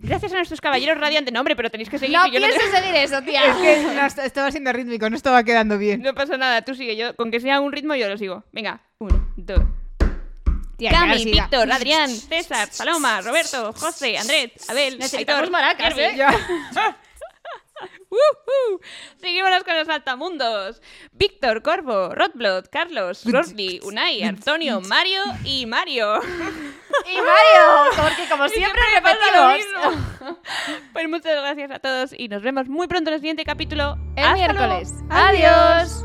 Speaker 2: Gracias a nuestros caballeros radiantes. No, hombre, pero tenéis que seguir.
Speaker 1: No
Speaker 2: que yo no, te-
Speaker 1: pienso seguir eso, tía.
Speaker 3: Es que no, esto esto va siendo rítmico, no esto va quedando
Speaker 2: *laughs*
Speaker 3: bien.
Speaker 2: no pasa nada, tú sigue. Yo, con que sea un ritmo, yo lo sigo. Venga, uno, dos.
Speaker 3: Tía, qué
Speaker 2: Cami,
Speaker 3: ansiedad.
Speaker 2: Víctor, Adrián, César, Paloma, Roberto, José, Andrés, Abel,
Speaker 1: Necesitamos
Speaker 2: Aitor,
Speaker 1: maracas,
Speaker 2: Jervis.
Speaker 1: ¿eh?
Speaker 2: ¡Wuhu! ¡Uh! Seguimos con los altamundos. Víctor, Corvo, Rodblot, Carlos, Rosli, Unai, Antonio, Mario y Mario. *laughs*
Speaker 1: Y Mario, porque como siempre
Speaker 2: me pasa
Speaker 1: repetimos.
Speaker 2: lo mismo. *laughs* Pues muchas gracias a todos y nos vemos muy pronto en el siguiente capítulo.
Speaker 1: *laughs* El
Speaker 2: Hasta luego.
Speaker 1: miércoles. Adiós.